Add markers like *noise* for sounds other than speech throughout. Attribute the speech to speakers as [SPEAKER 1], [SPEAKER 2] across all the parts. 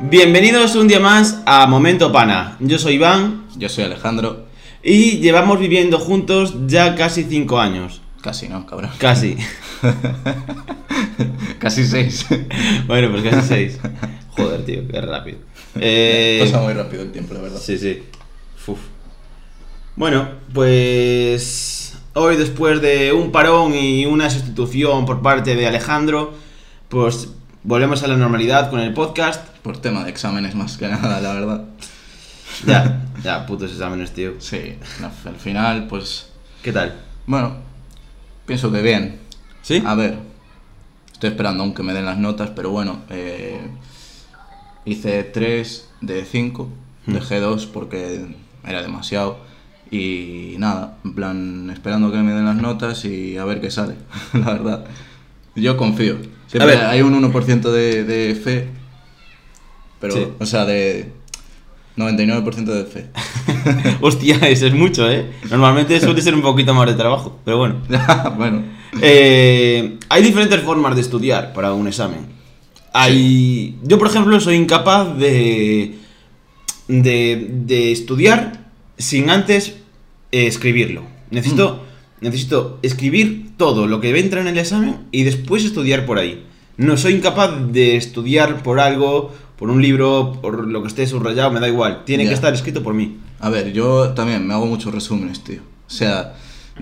[SPEAKER 1] Bienvenidos un día más a Momento Pana. Yo soy Iván
[SPEAKER 2] Yo soy Alejandro.
[SPEAKER 1] y llevamos viviendo juntos ya casi 5 años.
[SPEAKER 2] Casi no, cabrón.
[SPEAKER 1] Casi.
[SPEAKER 2] *laughs*
[SPEAKER 1] *laughs*
[SPEAKER 2] Casi seis.
[SPEAKER 1] Bueno, pues casi 6. Joder, tío, qué rápido. Eh,
[SPEAKER 2] Pasa muy rápido el tiempo, la verdad.
[SPEAKER 1] Sí, sí. Uf. Bueno, pues hoy después de un parón y una sustitución por parte de Alejandro, pues volvemos a la normalidad con el podcast.
[SPEAKER 2] Por tema de exámenes más que nada, la verdad.
[SPEAKER 1] Ya, ya, putos exámenes, tío.
[SPEAKER 2] Sí, al al final, pues...
[SPEAKER 1] ¿Qué tal?
[SPEAKER 2] Bueno, pienso que bien.
[SPEAKER 1] ¿Sí?
[SPEAKER 2] A ver, estoy esperando aunque me den las notas, pero bueno, eh, hice 3 de 5,
[SPEAKER 1] Hmm.
[SPEAKER 2] dejé 2 porque era demasiado. Y nada, en plan, esperando que me den las notas y a ver qué sale, *laughs* la verdad. Yo confío. Siempre
[SPEAKER 1] ver.
[SPEAKER 2] hay un 1% de, de fe, pero,
[SPEAKER 1] Sí.
[SPEAKER 2] o sea, de 99% de fe. *laughs*
[SPEAKER 1] *laughs* Hostia, eso es mucho, ¿eh? Normalmente suele ser un poquito más de trabajo, pero bueno.
[SPEAKER 2] bueno,
[SPEAKER 1] Eh, hay diferentes formas de estudiar para un examen. Hay, yo, por ejemplo, soy incapaz de, de, de estudiar sin antes eh, escribirlo. Necesito, necesito escribir todo lo que entra en el examen y después estudiar por ahí. No soy incapaz de estudiar por algo, por un libro, por lo que esté subrayado, me da igual. Tiene
[SPEAKER 2] Ya.
[SPEAKER 1] que estar escrito por mí.
[SPEAKER 2] A ver, yo también me hago muchos resúmenes, tío. O sea,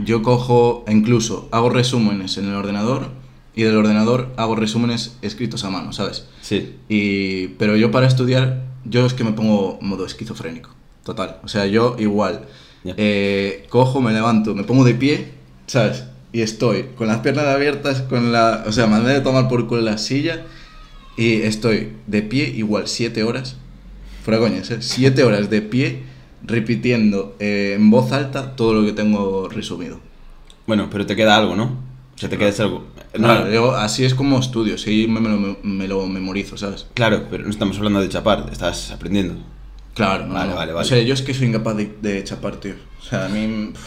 [SPEAKER 2] yo cojo, e incluso hago resúmenes en el ordenador y del ordenador hago resúmenes escritos a mano, ¿sabes?
[SPEAKER 1] Sí.
[SPEAKER 2] Y, pero yo para estudiar, yo es que me pongo modo esquizofrénico, total. O sea, yo igual.
[SPEAKER 1] Ya.
[SPEAKER 2] Eh, cojo, me levanto, me pongo de pie, ¿sabes? Y estoy con las piernas abiertas, con la... O sea, mandé de tomar por culo la silla y estoy de pie igual siete horas. Fuera coñas, ¿eh? Siete horas de pie repitiendo eh, en voz alta todo lo que tengo resumido.
[SPEAKER 1] Bueno, pero te queda algo, ¿no? O sea, te queda algo. No,
[SPEAKER 2] Claro, yo así es como estudio, sí me, me lo, me lo memorizo, ¿sabes?
[SPEAKER 1] Claro, pero no estamos hablando de chapar, estás aprendiendo.
[SPEAKER 2] Claro, no,
[SPEAKER 1] Vale,
[SPEAKER 2] no.
[SPEAKER 1] vale, vale.
[SPEAKER 2] O sea, yo es que soy incapaz de, de chapar, tío. O sea, a mí. pff,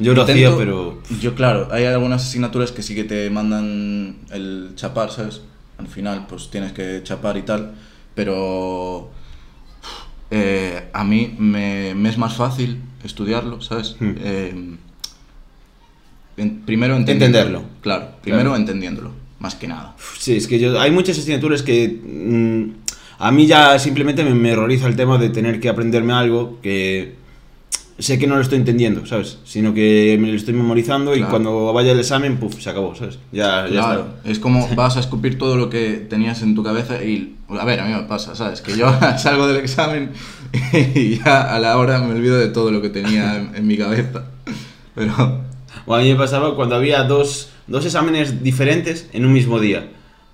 [SPEAKER 1] Yo lo
[SPEAKER 2] intento-
[SPEAKER 1] hacía, pero.
[SPEAKER 2] Yo, claro, hay algunas asignaturas que sí que te mandan el chapar, ¿sabes? Al final, pues tienes que chapar y tal. Pero. pff, eh, a mí me, me es más fácil estudiarlo, ¿sabes?
[SPEAKER 1] Hmm.
[SPEAKER 2] Eh, en- primero entendiéndolo.
[SPEAKER 1] Entenderlo.
[SPEAKER 2] Claro, primero entendiéndolo, más que nada.
[SPEAKER 1] Uf, Sí, es que yo. Hay muchas asignaturas que. mm, a mí ya simplemente me, me horroriza el tema de tener que aprenderme algo que. Sé que no lo estoy entendiendo, ¿sabes? Sino que me lo estoy memorizando y
[SPEAKER 2] Claro.
[SPEAKER 1] cuando vaya el examen, puff, se acabó, ¿sabes? Ya, ya
[SPEAKER 2] Claro, es como vas a escupir todo lo que tenías en tu cabeza y, a ver, a mí me pasa, ¿sabes? Que yo *laughs* salgo del examen y ya a la hora me olvido de todo lo que tenía en, en mi cabeza. Pero,
[SPEAKER 1] está. O a mí me pasaba cuando había dos, dos exámenes diferentes en un mismo día.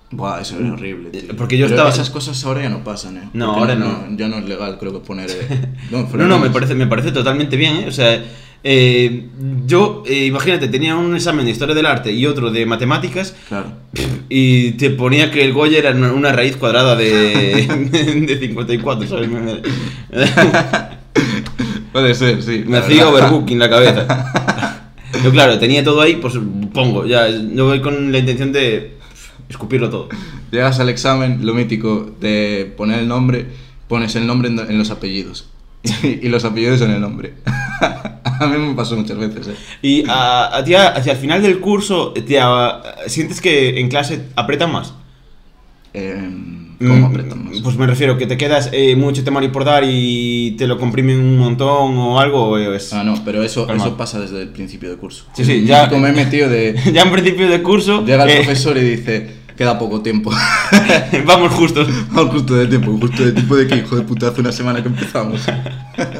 [SPEAKER 2] buah, eso era horrible, tío.
[SPEAKER 1] Eh, porque yo
[SPEAKER 2] Pero
[SPEAKER 1] estaba-
[SPEAKER 2] Esas cosas ahora ya no pasan, ¿eh?
[SPEAKER 1] No,
[SPEAKER 2] Porque
[SPEAKER 1] ahora
[SPEAKER 2] Ya no es legal, creo que
[SPEAKER 1] *laughs*
[SPEAKER 2] poner... eh, pero
[SPEAKER 1] No, no, me
[SPEAKER 2] es-
[SPEAKER 1] parece, me parece totalmente bien, ¿eh? O sea, eh, yo, eh, imagínate, tenía un examen de historia del arte y otro de matemáticas
[SPEAKER 2] Claro.
[SPEAKER 1] y te ponía que el Goya era una una raíz cuadrada de, *laughs* de 54, ¿sabes? Me, *laughs* me-
[SPEAKER 2] Puede ser, sí.
[SPEAKER 1] me
[SPEAKER 2] la
[SPEAKER 1] hacía
[SPEAKER 2] verdad.
[SPEAKER 1] overbooking la cabeza. Yo, claro, tenía todo ahí, pues pongo, ya, yo voy con la intención de escupirlo todo.
[SPEAKER 2] Llegas al examen, lo mítico de poner el nombre, pones el nombre en, en los apellidos. *laughs* Y, y los apellidos en el nombre. *laughs* a mí me pasó muchas veces, ¿eh?
[SPEAKER 1] Y a, a ti, a- hacia el final del curso, te, a- ¿sientes que en clase aprietan más?
[SPEAKER 2] Em,
[SPEAKER 1] Mm,
[SPEAKER 2] ¿Cómo apretan más?
[SPEAKER 1] Pues me refiero que te quedas eh, mucho temario por dar y te lo comprimen un montón o algo. o es-
[SPEAKER 2] Ah, no, pero eso,
[SPEAKER 1] Calma.
[SPEAKER 2] eso pasa desde el principio del curso.
[SPEAKER 1] Sí, sí,
[SPEAKER 2] El
[SPEAKER 1] ya-
[SPEAKER 2] mítico meme, tío,
[SPEAKER 1] *laughs*
[SPEAKER 2] de...
[SPEAKER 1] ya en principio de curso,
[SPEAKER 2] Llega el
[SPEAKER 1] eh,
[SPEAKER 2] profesor y dice, queda poco tiempo.
[SPEAKER 1] *laughs* vamos justos.
[SPEAKER 2] *laughs* Al justo de tiempo, justo de tiempo de que, hijo de puta, hace una semana que empezamos. *laughs*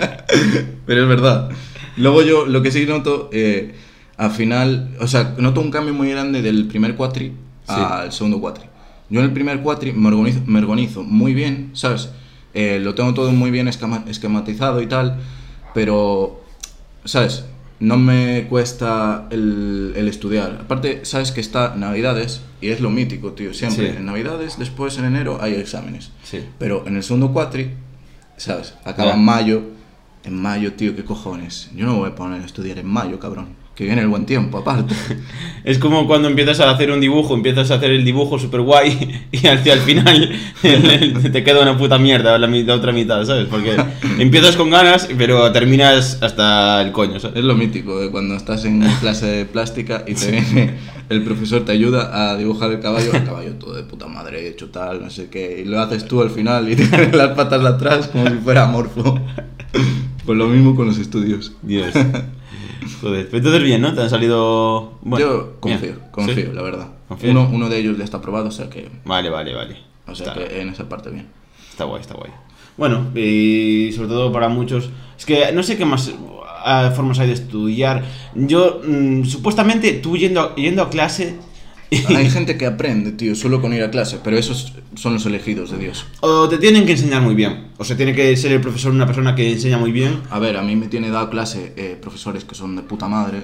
[SPEAKER 2] Pero es verdad. Luego yo lo que sí noto, eh, al final, o sea, noto un cambio muy grande del primer cuatri al segundo cuatri. Yo en el primer cuatri me organizo, me organizo muy bien, ¿sabes? Eh, lo tengo todo muy bien esquema- esquematizado y tal, pero, ¿sabes? No me cuesta el, el estudiar. Aparte, sabes que está Navidades y es lo mítico, tío. Siempre
[SPEAKER 1] Sí.
[SPEAKER 2] en Navidades, después en enero hay exámenes.
[SPEAKER 1] Sí.
[SPEAKER 2] Pero en el segundo cuatri, ¿sabes? Acaba
[SPEAKER 1] Ya.
[SPEAKER 2] en mayo. En mayo, tío, ¿qué cojones? Yo no me voy a poner a estudiar en mayo, cabrón. Que viene el buen tiempo, aparte.
[SPEAKER 1] Es como cuando empiezas a hacer un dibujo, empiezas a hacer el dibujo super guay *laughs* y hacia el final *laughs* el- el- te queda una puta mierda la, mi- la otra mitad, ¿sabes? Porque
[SPEAKER 2] *laughs*
[SPEAKER 1] empiezas con ganas, pero terminas hasta el coño, ¿sabes?
[SPEAKER 2] Es lo mítico de cuando estás en clase de plástica y te viene- el profesor te ayuda a dibujar el caballo, el caballo todo de puta madre hecho tal, no sé qué, y lo haces tú al final y *laughs* tienes las patas de atrás como si fuera amorfo. Pues lo mismo con los estudios. *laughs*
[SPEAKER 1] Dios. Joder, pero entonces bien, ¿no? Te han salido... bueno,
[SPEAKER 2] Yo confío,
[SPEAKER 1] bien.
[SPEAKER 2] confío,
[SPEAKER 1] ¿Sí?
[SPEAKER 2] la verdad.
[SPEAKER 1] Confías.
[SPEAKER 2] Uno, uno de ellos ya está aprobado, o sea que,
[SPEAKER 1] Vale, vale, vale.
[SPEAKER 2] o sea
[SPEAKER 1] Está-
[SPEAKER 2] que en esa parte bien.
[SPEAKER 1] Está guay, está guay. Bueno, y sobre todo para muchos. Es que no sé qué más ah, formas hay de estudiar. Yo, mm, supuestamente, tú yendo a, yendo a clase.
[SPEAKER 2] Hay gente que aprende, tío, solo con ir a clase, pero esos son los elegidos de Dios.
[SPEAKER 1] *laughs* O te tienen que enseñar muy bien. O sea, tiene que ser el profesor una persona que enseña muy bien.
[SPEAKER 2] A ver, a mí me tiene dado clase eh, profesores que son de puta madre,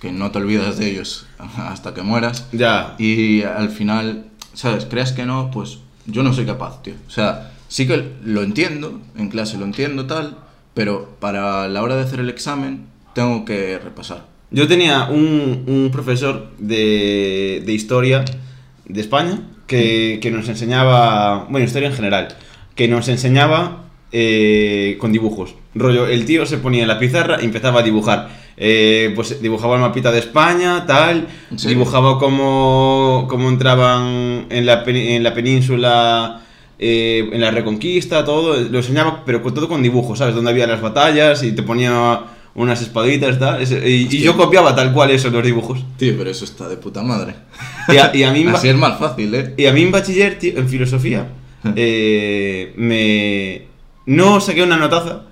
[SPEAKER 2] que no te olvidas de ellos *laughs* hasta que mueras.
[SPEAKER 1] Ya.
[SPEAKER 2] Y al final, ¿sabes? Creas que no, pues yo no soy capaz, tío. O sea, sí que lo entiendo, en clase lo entiendo tal, pero para la hora de hacer el examen tengo que repasar.
[SPEAKER 1] Yo tenía un, un profesor de, de historia de España que, que nos enseñaba, bueno, historia en general, que nos enseñaba eh, con dibujos. Rollo, el tío se ponía en la pizarra y empezaba a dibujar. Eh, pues dibujaba el mapita de España, tal,
[SPEAKER 2] ¿En serio?
[SPEAKER 1] dibujaba cómo, cómo entraban en la, peni- en la península, eh, en la Reconquista, todo, lo enseñaba, pero con, todo con dibujos, ¿sabes? Donde había las batallas y te ponía unas espaditas, tal, ese- y, y yo copiaba tal cual eso, los dibujos.
[SPEAKER 2] Tío, pero eso está de puta madre.
[SPEAKER 1] Y a, y a mí en ba-
[SPEAKER 2] *laughs* Así es más fácil, ¿eh?
[SPEAKER 1] y a mí en bachiller, tío, en filosofía, eh, me... No saqué una notaza,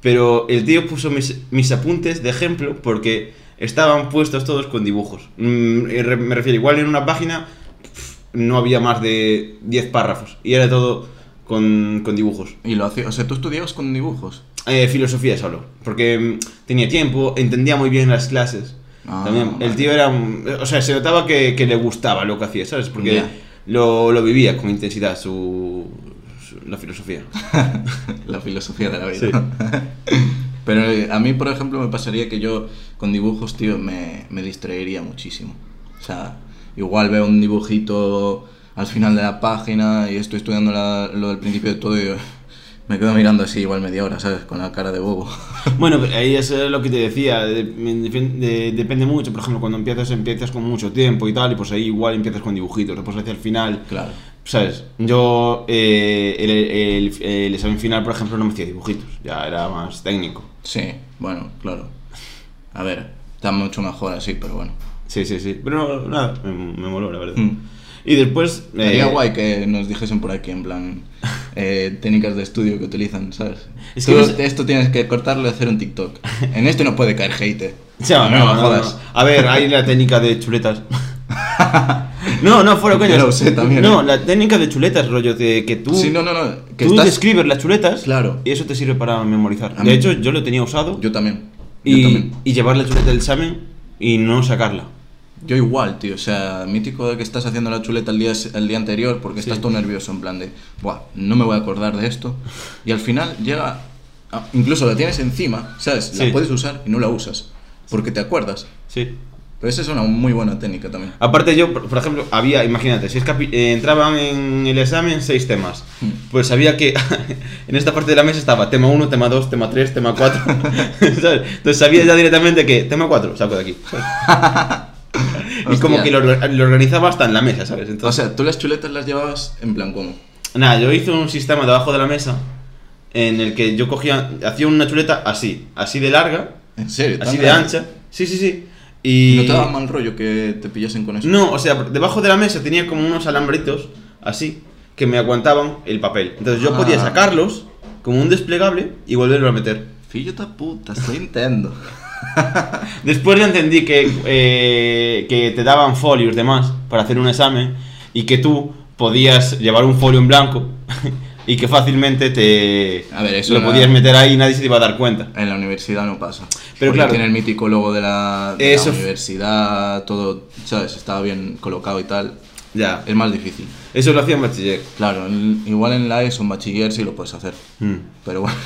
[SPEAKER 1] pero el tío puso mis, mis apuntes de ejemplo porque estaban puestos todos con dibujos. Mm, y re- me refiero, igual en una página pf, no había más de 10 párrafos y era todo con, con dibujos.
[SPEAKER 2] Y lo hacía, o sea, tú estudiabas con dibujos.
[SPEAKER 1] Eh, filosofía solo, porque mm, tenía tiempo, entendía muy bien las clases.
[SPEAKER 2] Ah,
[SPEAKER 1] También,
[SPEAKER 2] vale.
[SPEAKER 1] el tío era un- O sea, se notaba que, que le gustaba lo que hacía, ¿sabes? Porque
[SPEAKER 2] Ya.
[SPEAKER 1] lo, lo vivía con intensidad su, su- la
[SPEAKER 2] *laughs*
[SPEAKER 1] filosofía.
[SPEAKER 2] La filosofía de la vida.
[SPEAKER 1] Sí.
[SPEAKER 2] *laughs* Pero eh, a mí, por ejemplo, me pasaría que yo con dibujos, tío, me, me distraería muchísimo. O sea, igual veo un dibujito al final de la página y estoy estudiando la- lo del principio de todo y eh, me quedo mirando así igual media hora, ¿sabes? Con la cara de bobo. *laughs*
[SPEAKER 1] Bueno, pero ahí es eh, lo que te decía, de- defen- de- depende mucho, por ejemplo, cuando empiezas, empiezas con mucho tiempo y tal, y pues ahí igual empiezas con dibujitos, después hacia el final,
[SPEAKER 2] Claro.
[SPEAKER 1] ¿sabes? Yo, eh, el, el- el examen final, por ejemplo, no me hacía dibujitos, ya era más técnico.
[SPEAKER 2] Sí, bueno, claro. A ver, está mucho mejor así, pero bueno.
[SPEAKER 1] Sí, sí, sí, pero nada, me, me moló, la verdad.
[SPEAKER 2] Mm.
[SPEAKER 1] Y después... eh,
[SPEAKER 2] Sería guay que nos dijesen por aquí, en
[SPEAKER 1] *laughs*
[SPEAKER 2] plan, eh, técnicas de estudio que utilizan, ¿sabes?
[SPEAKER 1] Es que
[SPEAKER 2] Tú
[SPEAKER 1] no sé-
[SPEAKER 2] Esto tienes que cortarlo y hacer un TikTok. En esto no puede caer hate.
[SPEAKER 1] *laughs*
[SPEAKER 2] eh.
[SPEAKER 1] Ya, no, no,
[SPEAKER 2] jodas.
[SPEAKER 1] no. A ver, hay la técnica de
[SPEAKER 2] *laughs*
[SPEAKER 1] chuletas. No, no, fuera coño.
[SPEAKER 2] Yo lo sé también,
[SPEAKER 1] No,
[SPEAKER 2] eh.
[SPEAKER 1] la técnica de chuletas, rollo, de que tú,
[SPEAKER 2] Sí, no, no, no. Que
[SPEAKER 1] tú
[SPEAKER 2] estás...
[SPEAKER 1] describes las chuletas
[SPEAKER 2] Claro.
[SPEAKER 1] y eso te sirve para memorizar.
[SPEAKER 2] A
[SPEAKER 1] de
[SPEAKER 2] mí-
[SPEAKER 1] hecho, yo lo tenía usado
[SPEAKER 2] Yo también. Yo
[SPEAKER 1] y,
[SPEAKER 2] también.
[SPEAKER 1] y llevar la chuleta del examen y no sacarla.
[SPEAKER 2] Yo igual, tío. O sea, mítico de que estás haciendo la chuleta el día, el día anterior porque estás todo nervioso, en plan de, buah, no me voy a acordar de esto. Y al final llega. a- incluso la tienes encima, ¿sabes? La
[SPEAKER 1] Sí.
[SPEAKER 2] puedes usar y no la usas porque te acuerdas.
[SPEAKER 1] Sí.
[SPEAKER 2] Pero esa es una muy buena técnica también.
[SPEAKER 1] Aparte yo, por por ejemplo, había, imagínate, seis capi- eh, entraban en el examen seis temas.
[SPEAKER 2] Mm.
[SPEAKER 1] Pues sabía que *laughs* en esta parte de la mesa estaba tema 1, tema 2, tema 3, tema *laughs*
[SPEAKER 2] *laughs*
[SPEAKER 1] 4. Entonces sabía ya directamente que tema 4, saco
[SPEAKER 2] *laughs*
[SPEAKER 1] de aquí. ¿sabes? y como
[SPEAKER 2] Hostia.
[SPEAKER 1] que lo, orga- lo organizaba hasta en la mesa, ¿sabes?
[SPEAKER 2] O
[SPEAKER 1] Entonces,
[SPEAKER 2] sea, tú las chuletas las llevabas en plan como.
[SPEAKER 1] nada, yo hice un sistema debajo de la mesa en el que yo cogía, hacía una chuleta así, así de larga,
[SPEAKER 2] En serio, tan
[SPEAKER 1] así de
[SPEAKER 2] grande?
[SPEAKER 1] ancha. Sí, sí, sí.
[SPEAKER 2] ¿Y
[SPEAKER 1] Y...
[SPEAKER 2] no te daba mal rollo que te pillasen con eso?
[SPEAKER 1] No, o sea, debajo de la mesa tenía como unos alambritos así que me aguantaban el papel. Entonces yo podía
[SPEAKER 2] Ah.
[SPEAKER 1] sacarlos como un desplegable y volverlo a meter.
[SPEAKER 2] Fillota puta, estoy intentando.
[SPEAKER 1] Después ya entendí que, eh, que te daban folios de más para hacer un examen y que tú podías llevar un folio en blanco *laughs* y que fácilmente te
[SPEAKER 2] A ver, eso
[SPEAKER 1] lo
[SPEAKER 2] era-
[SPEAKER 1] podías meter ahí y nadie se te iba a dar cuenta.
[SPEAKER 2] *laughs* En la universidad no pasa.
[SPEAKER 1] Pero
[SPEAKER 2] Porque
[SPEAKER 1] claro.
[SPEAKER 2] Tiene el mítico logo de la, de la
[SPEAKER 1] Eso.
[SPEAKER 2] universidad, todo, ¿sabes? Estaba bien colocado y tal.
[SPEAKER 1] Ya,
[SPEAKER 2] Es más difícil.
[SPEAKER 1] eso lo hacía en bachiller.
[SPEAKER 2] Claro, en- igual en la ESO, en bachiller sí lo puedes hacer.
[SPEAKER 1] Mm.
[SPEAKER 2] Pero bueno.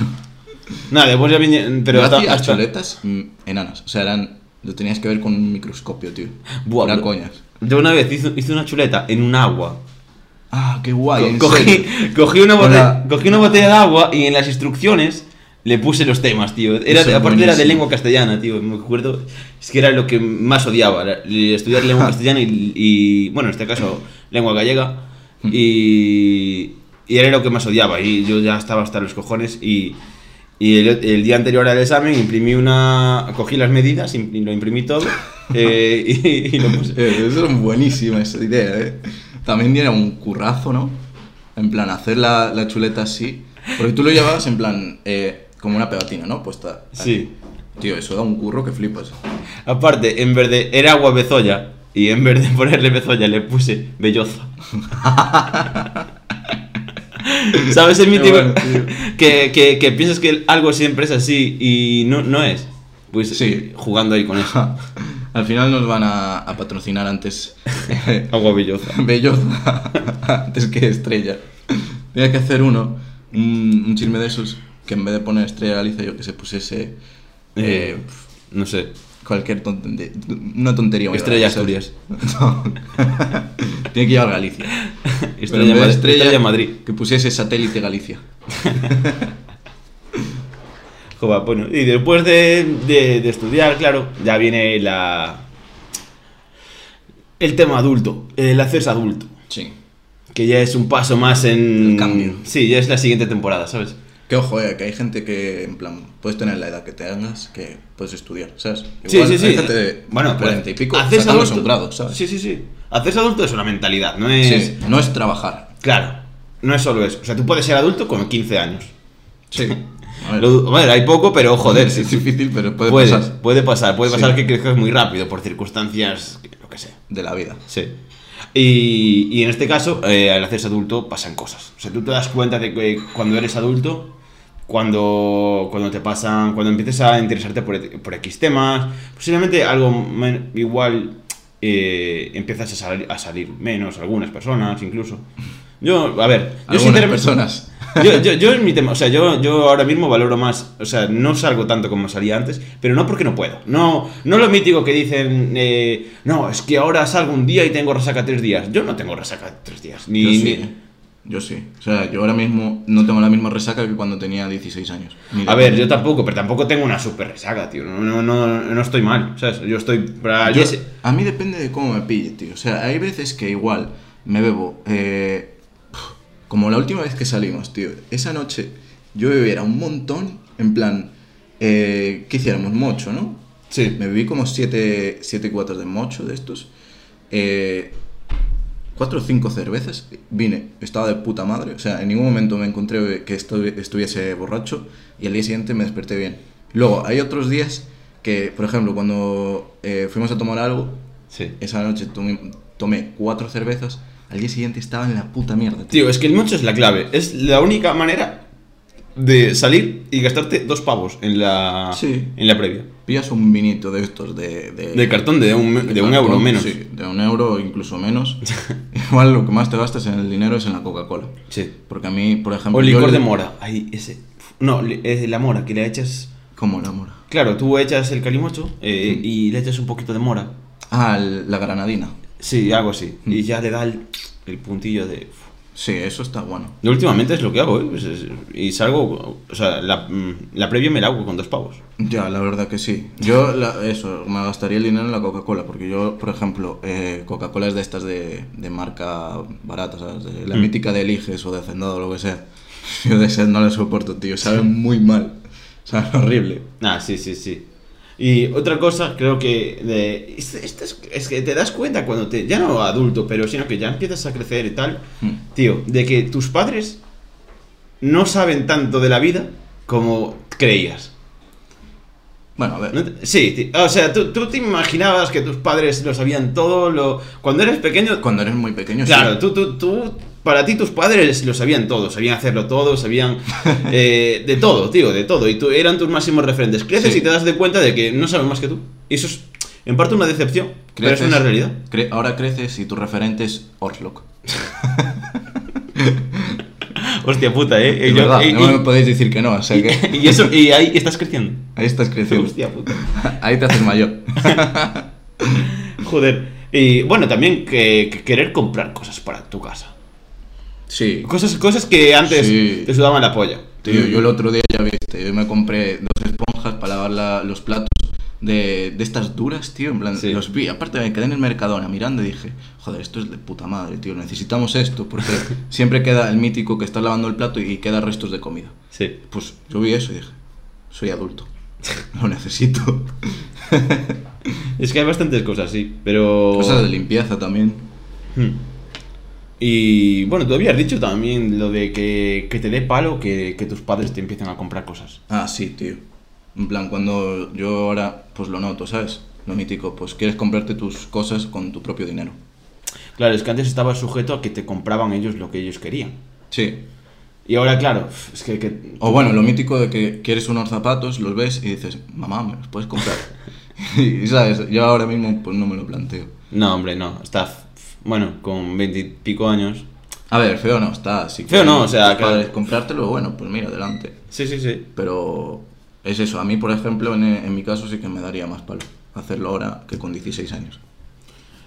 [SPEAKER 1] Nada, después ya vine... *laughs* Pero
[SPEAKER 2] Yo
[SPEAKER 1] hasta-
[SPEAKER 2] hacía
[SPEAKER 1] hasta-
[SPEAKER 2] chuletas mm, enanas. O sea, eran Lo tenías que ver con un microscopio, tío.
[SPEAKER 1] Buah,
[SPEAKER 2] Era
[SPEAKER 1] bro.
[SPEAKER 2] coñas.
[SPEAKER 1] Yo una vez hice, hice una chuleta en un agua.
[SPEAKER 2] Ah, qué guay. en
[SPEAKER 1] Co- cogí,
[SPEAKER 2] serio.
[SPEAKER 1] *laughs* cogí, una
[SPEAKER 2] Con la-
[SPEAKER 1] botella, cogí una botella de agua y en las instrucciones le puse los temas, tío. Era,
[SPEAKER 2] Eso es
[SPEAKER 1] aparte era de
[SPEAKER 2] buenísimo.
[SPEAKER 1] lengua castellana, tío. Me acuerdo, es que era lo que más odiaba, era estudiar
[SPEAKER 2] *laughs*
[SPEAKER 1] lengua castellana y, y, bueno, en este caso, lengua gallega.
[SPEAKER 2] Mm.
[SPEAKER 1] Y, y era lo que más odiaba. Y yo ya estaba hasta los cojones y... Y el, el día anterior al examen imprimí una... Cogí las medidas, imprim- lo imprimí
[SPEAKER 2] *laughs*
[SPEAKER 1] todo eh, y, y lo puse.
[SPEAKER 2] Eh, Eso es buenísima esa idea, eh. También tiene un currazo, ¿no? En plan, hacer la, la chuleta así. Porque tú lo llevabas en plan, eh, como una pegatina, ¿no? Puesta. aquí.
[SPEAKER 1] Sí.
[SPEAKER 2] Tío, eso da un curro que flipas. *laughs*
[SPEAKER 1] Aparte, en vez de era agua bezoya y en vez de *laughs* ponerle bezoya le puse belloza. *laughs* ¿Sabes el
[SPEAKER 2] Qué
[SPEAKER 1] mítico
[SPEAKER 2] bueno, tío.
[SPEAKER 1] que, que, que piensas que algo siempre es así y no, no es? Pues
[SPEAKER 2] Sí.
[SPEAKER 1] jugando ahí con eso.
[SPEAKER 2] Al final nos van a, a patrocinar antes *laughs* eh,
[SPEAKER 1] Agua belloza.
[SPEAKER 2] Belloza *laughs* antes que Estrella. Tenía que hacer uno, un, un chisme de esos, que en vez de poner Estrella Galicia, yo que se pusiese eh,
[SPEAKER 1] No sé. *laughs*
[SPEAKER 2] cualquier tontería. Una tontería. muy
[SPEAKER 1] Estrella
[SPEAKER 2] grande,
[SPEAKER 1] Asturias.
[SPEAKER 2] ¿sabes? *laughs* No. Tiene que llevar Galicia. Pero
[SPEAKER 1] Estrella,
[SPEAKER 2] en vez de
[SPEAKER 1] Madrid, Estrella Madrid.
[SPEAKER 2] Que pusiese satélite Galicia.
[SPEAKER 1] Joba, bueno, pues y después de, de- de estudiar, claro, ya viene la. El tema adulto, el hacerse adulto.
[SPEAKER 2] Sí.
[SPEAKER 1] Que ya es un paso más en.
[SPEAKER 2] El cambio.
[SPEAKER 1] Sí, ya es la siguiente temporada, ¿sabes?
[SPEAKER 2] Que ojo, eh, que hay gente que, en plan, puedes tener la edad que tengas, que puedes estudiar, ¿sabes?
[SPEAKER 1] Sí, sí, sí.
[SPEAKER 2] Hay gente de bueno,
[SPEAKER 1] pues,
[SPEAKER 2] 40 y pico,
[SPEAKER 1] hacerse
[SPEAKER 2] sacándose
[SPEAKER 1] adulto-
[SPEAKER 2] un grado, ¿sabes?
[SPEAKER 1] Sí, sí, sí. Hacerse adulto es una mentalidad, no es.
[SPEAKER 2] Sí, no es trabajar.
[SPEAKER 1] Claro, no es solo eso. O sea, tú puedes ser adulto con 15 años.
[SPEAKER 2] Sí. *laughs* A ver,
[SPEAKER 1] Lo du- Bueno, hay poco, pero joder.
[SPEAKER 2] *laughs* es difícil, pero puede
[SPEAKER 1] puede,
[SPEAKER 2] pasar
[SPEAKER 1] puede pasar, puede
[SPEAKER 2] Sí.
[SPEAKER 1] pasar que crezcas muy rápido por circunstancias, que- lo que sea.
[SPEAKER 2] de la vida.
[SPEAKER 1] Sí. Y, y en este caso, eh, al hacerse adulto pasan cosas. O sea, tú te das cuenta de que cuando eres adulto, cuando, cuando te pasan, cuando empiezas a interesarte por, por X temas, posiblemente algo men- igual eh, empiezas a, sal- a salir menos, algunas personas incluso. Yo, a ver, yo
[SPEAKER 2] Algunas
[SPEAKER 1] sinceramente-
[SPEAKER 2] personas.
[SPEAKER 1] Yo, yo, yo es mi tema, o sea, yo, yo ahora mismo valoro más, o sea, no salgo tanto como salía antes, pero no porque no puedo. No, no lo mítico que dicen, eh, no, es que ahora salgo un día y tengo resaca tres días. Yo no tengo resaca tres días, ni...
[SPEAKER 2] Yo sí,
[SPEAKER 1] ni-
[SPEAKER 2] eh. yo sí. O sea, yo ahora mismo no tengo la misma resaca que cuando tenía 16 años. Ni de
[SPEAKER 1] A ver,
[SPEAKER 2] coña.
[SPEAKER 1] yo tampoco, pero tampoco tengo una super resaca, tío. No, no, no, no estoy mal, ¿sabes? Yo estoy... Para
[SPEAKER 2] Yo-
[SPEAKER 1] yo sé-
[SPEAKER 2] a mí depende de cómo me pille, tío. O sea, hay veces que igual me bebo. eh, como la última vez que salimos, tío. Esa noche yo bebiera un montón. En plan, eh, ¿qué hiciéramos? Mocho, ¿no?
[SPEAKER 1] Sí.
[SPEAKER 2] Me bebí como 7 siete, cuatos de mocho de estos. Eh, cuatro o cinco cervezas. Vine, estaba de puta madre. O sea, en ningún momento me encontré que estu- estuviese borracho. Y al día siguiente me desperté bien. Luego, hay otros días que, por ejemplo, cuando eh, fuimos a tomar algo,
[SPEAKER 1] Sí.
[SPEAKER 2] esa noche tomé, tomé cuatro cervezas. Al día siguiente estaba en la puta mierda, tío.
[SPEAKER 1] Tío, es que el mocho es la clave. Es la única manera de salir y gastarte dos pavos en la,
[SPEAKER 2] Sí.
[SPEAKER 1] en la previa.
[SPEAKER 2] Pillas un vinito de estos de. De,
[SPEAKER 1] De cartón de un, de un
[SPEAKER 2] cartón,
[SPEAKER 1] euro menos.
[SPEAKER 2] Sí, de un euro incluso menos. *laughs* Igual lo que más te gastas en el dinero es en la Coca-Cola.
[SPEAKER 1] sí.
[SPEAKER 2] Porque a mí, por ejemplo.
[SPEAKER 1] O licor
[SPEAKER 2] yo-
[SPEAKER 1] de mora. Ahí, ese. No, li- es la mora, que le echas.
[SPEAKER 2] ¿Cómo la mora?
[SPEAKER 1] Claro, tú echas el calimocho eh,
[SPEAKER 2] Mm.
[SPEAKER 1] y le echas un poquito de mora.
[SPEAKER 2] Ah, el- la granadina.
[SPEAKER 1] Sí, algo así.
[SPEAKER 2] Mm.
[SPEAKER 1] Y ya le da el, el puntillo de.
[SPEAKER 2] Sí, eso está bueno.
[SPEAKER 1] Yo últimamente es lo que hago, ¿eh? Pues es- y salgo. O sea, la, mm, la previa me la hago con dos pavos.
[SPEAKER 2] Ya, la verdad que sí. Yo, la- eso, me gastaría el dinero en la Coca-Cola. Porque yo, por ejemplo, eh, Coca-Cola es de estas de, de marca barata, ¿sabes? De la
[SPEAKER 1] Mm.
[SPEAKER 2] mítica de Eliges o de Hacendado o lo que sea. *laughs* Yo de esas no la soporto, tío. Saben muy mal. Saben horrible.
[SPEAKER 1] Ah, sí, sí, sí. Y otra cosa, creo que. De, es, esto es, es que te das cuenta cuando te. Ya no adulto, pero sino que ya empiezas a crecer y tal.
[SPEAKER 2] Mm.
[SPEAKER 1] Tío, de que tus padres no saben tanto de la vida como creías.
[SPEAKER 2] Bueno, a ver.
[SPEAKER 1] No te- Sí, ti- o sea, tú, tú te imaginabas que tus padres lo sabían todo, lo... cuando eres pequeño...
[SPEAKER 2] Cuando eres muy pequeño, sí.
[SPEAKER 1] Claro, tú, tú, tú, para ti tus padres lo sabían todo, sabían hacerlo todo, *laughs* sabían eh, de todo, tío, de todo, y tú, eran tus máximos referentes. Creces
[SPEAKER 2] Sí.
[SPEAKER 1] y te das de cuenta de que no saben más que tú. Y eso es, en parte, una decepción, pero es
[SPEAKER 2] Creces-
[SPEAKER 1] una realidad.
[SPEAKER 2] cre- ahora creces y tu referente es Orlok.
[SPEAKER 1] Hostia puta, eh.
[SPEAKER 2] Es
[SPEAKER 1] Yo-
[SPEAKER 2] verdad,
[SPEAKER 1] y,
[SPEAKER 2] no me podéis decir que no, o sea que *laughs*
[SPEAKER 1] *laughs* y- y eso, y ahí estás creciendo.
[SPEAKER 2] ahí estás creciendo.
[SPEAKER 1] Hostia puta.
[SPEAKER 2] *laughs* Ahí te haces mayor.
[SPEAKER 1] Joder. Y bueno, también que, que querer comprar cosas para tu casa.
[SPEAKER 2] Sí.
[SPEAKER 1] Cosas, cosas que antes
[SPEAKER 2] Sí.
[SPEAKER 1] te sudaban la polla.
[SPEAKER 2] Tío, yo el otro día ya viste, yo me compré dos esponjas para lavar la- los platos de, de estas duras, tío. En plan,
[SPEAKER 1] Sí.
[SPEAKER 2] los vi. Aparte, me quedé en el Mercadona mirando y dije, joder, esto es de puta madre, tío. Necesitamos esto
[SPEAKER 1] *laughs*
[SPEAKER 2] porque siempre queda el mítico que está lavando el plato y queda restos de comida.
[SPEAKER 1] Sí.
[SPEAKER 2] Pues yo vi eso y dije, soy adulto,
[SPEAKER 1] *laughs*
[SPEAKER 2] lo necesito.
[SPEAKER 1] Es que hay bastantes cosas, sí. Pero.
[SPEAKER 2] Cosas de limpieza también.
[SPEAKER 1] Hmm. Y bueno, tú habías dicho también lo de que, que te dé palo que, que tus padres te empiecen a comprar cosas.
[SPEAKER 2] Ah, sí, tío. En plan, cuando yo ahora, pues lo noto, ¿sabes? Lo mítico, pues quieres comprarte tus cosas con tu propio dinero.
[SPEAKER 1] Claro, es que antes estaba sujeto a que te compraban ellos lo que ellos querían.
[SPEAKER 2] Sí,
[SPEAKER 1] Y ahora, claro, es que. que-
[SPEAKER 2] O bueno, lo mítico de que quieres unos zapatos, los ves y dices, mamá, me los puedes comprar. *laughs* y sabes, yo ahora mismo pues no me lo planteo.
[SPEAKER 1] No, hombre, no. Está. f- f- Bueno, con veintipico años.
[SPEAKER 2] A ver, feo no está, así que
[SPEAKER 1] Feo no, o sea,
[SPEAKER 2] tus
[SPEAKER 1] claro.
[SPEAKER 2] padres comprártelo, bueno, pues mira, adelante.
[SPEAKER 1] Sí, sí, sí.
[SPEAKER 2] Pero es eso, a mí por ejemplo, en, en mi caso sí que me daría más palo hacerlo ahora que con 16 años.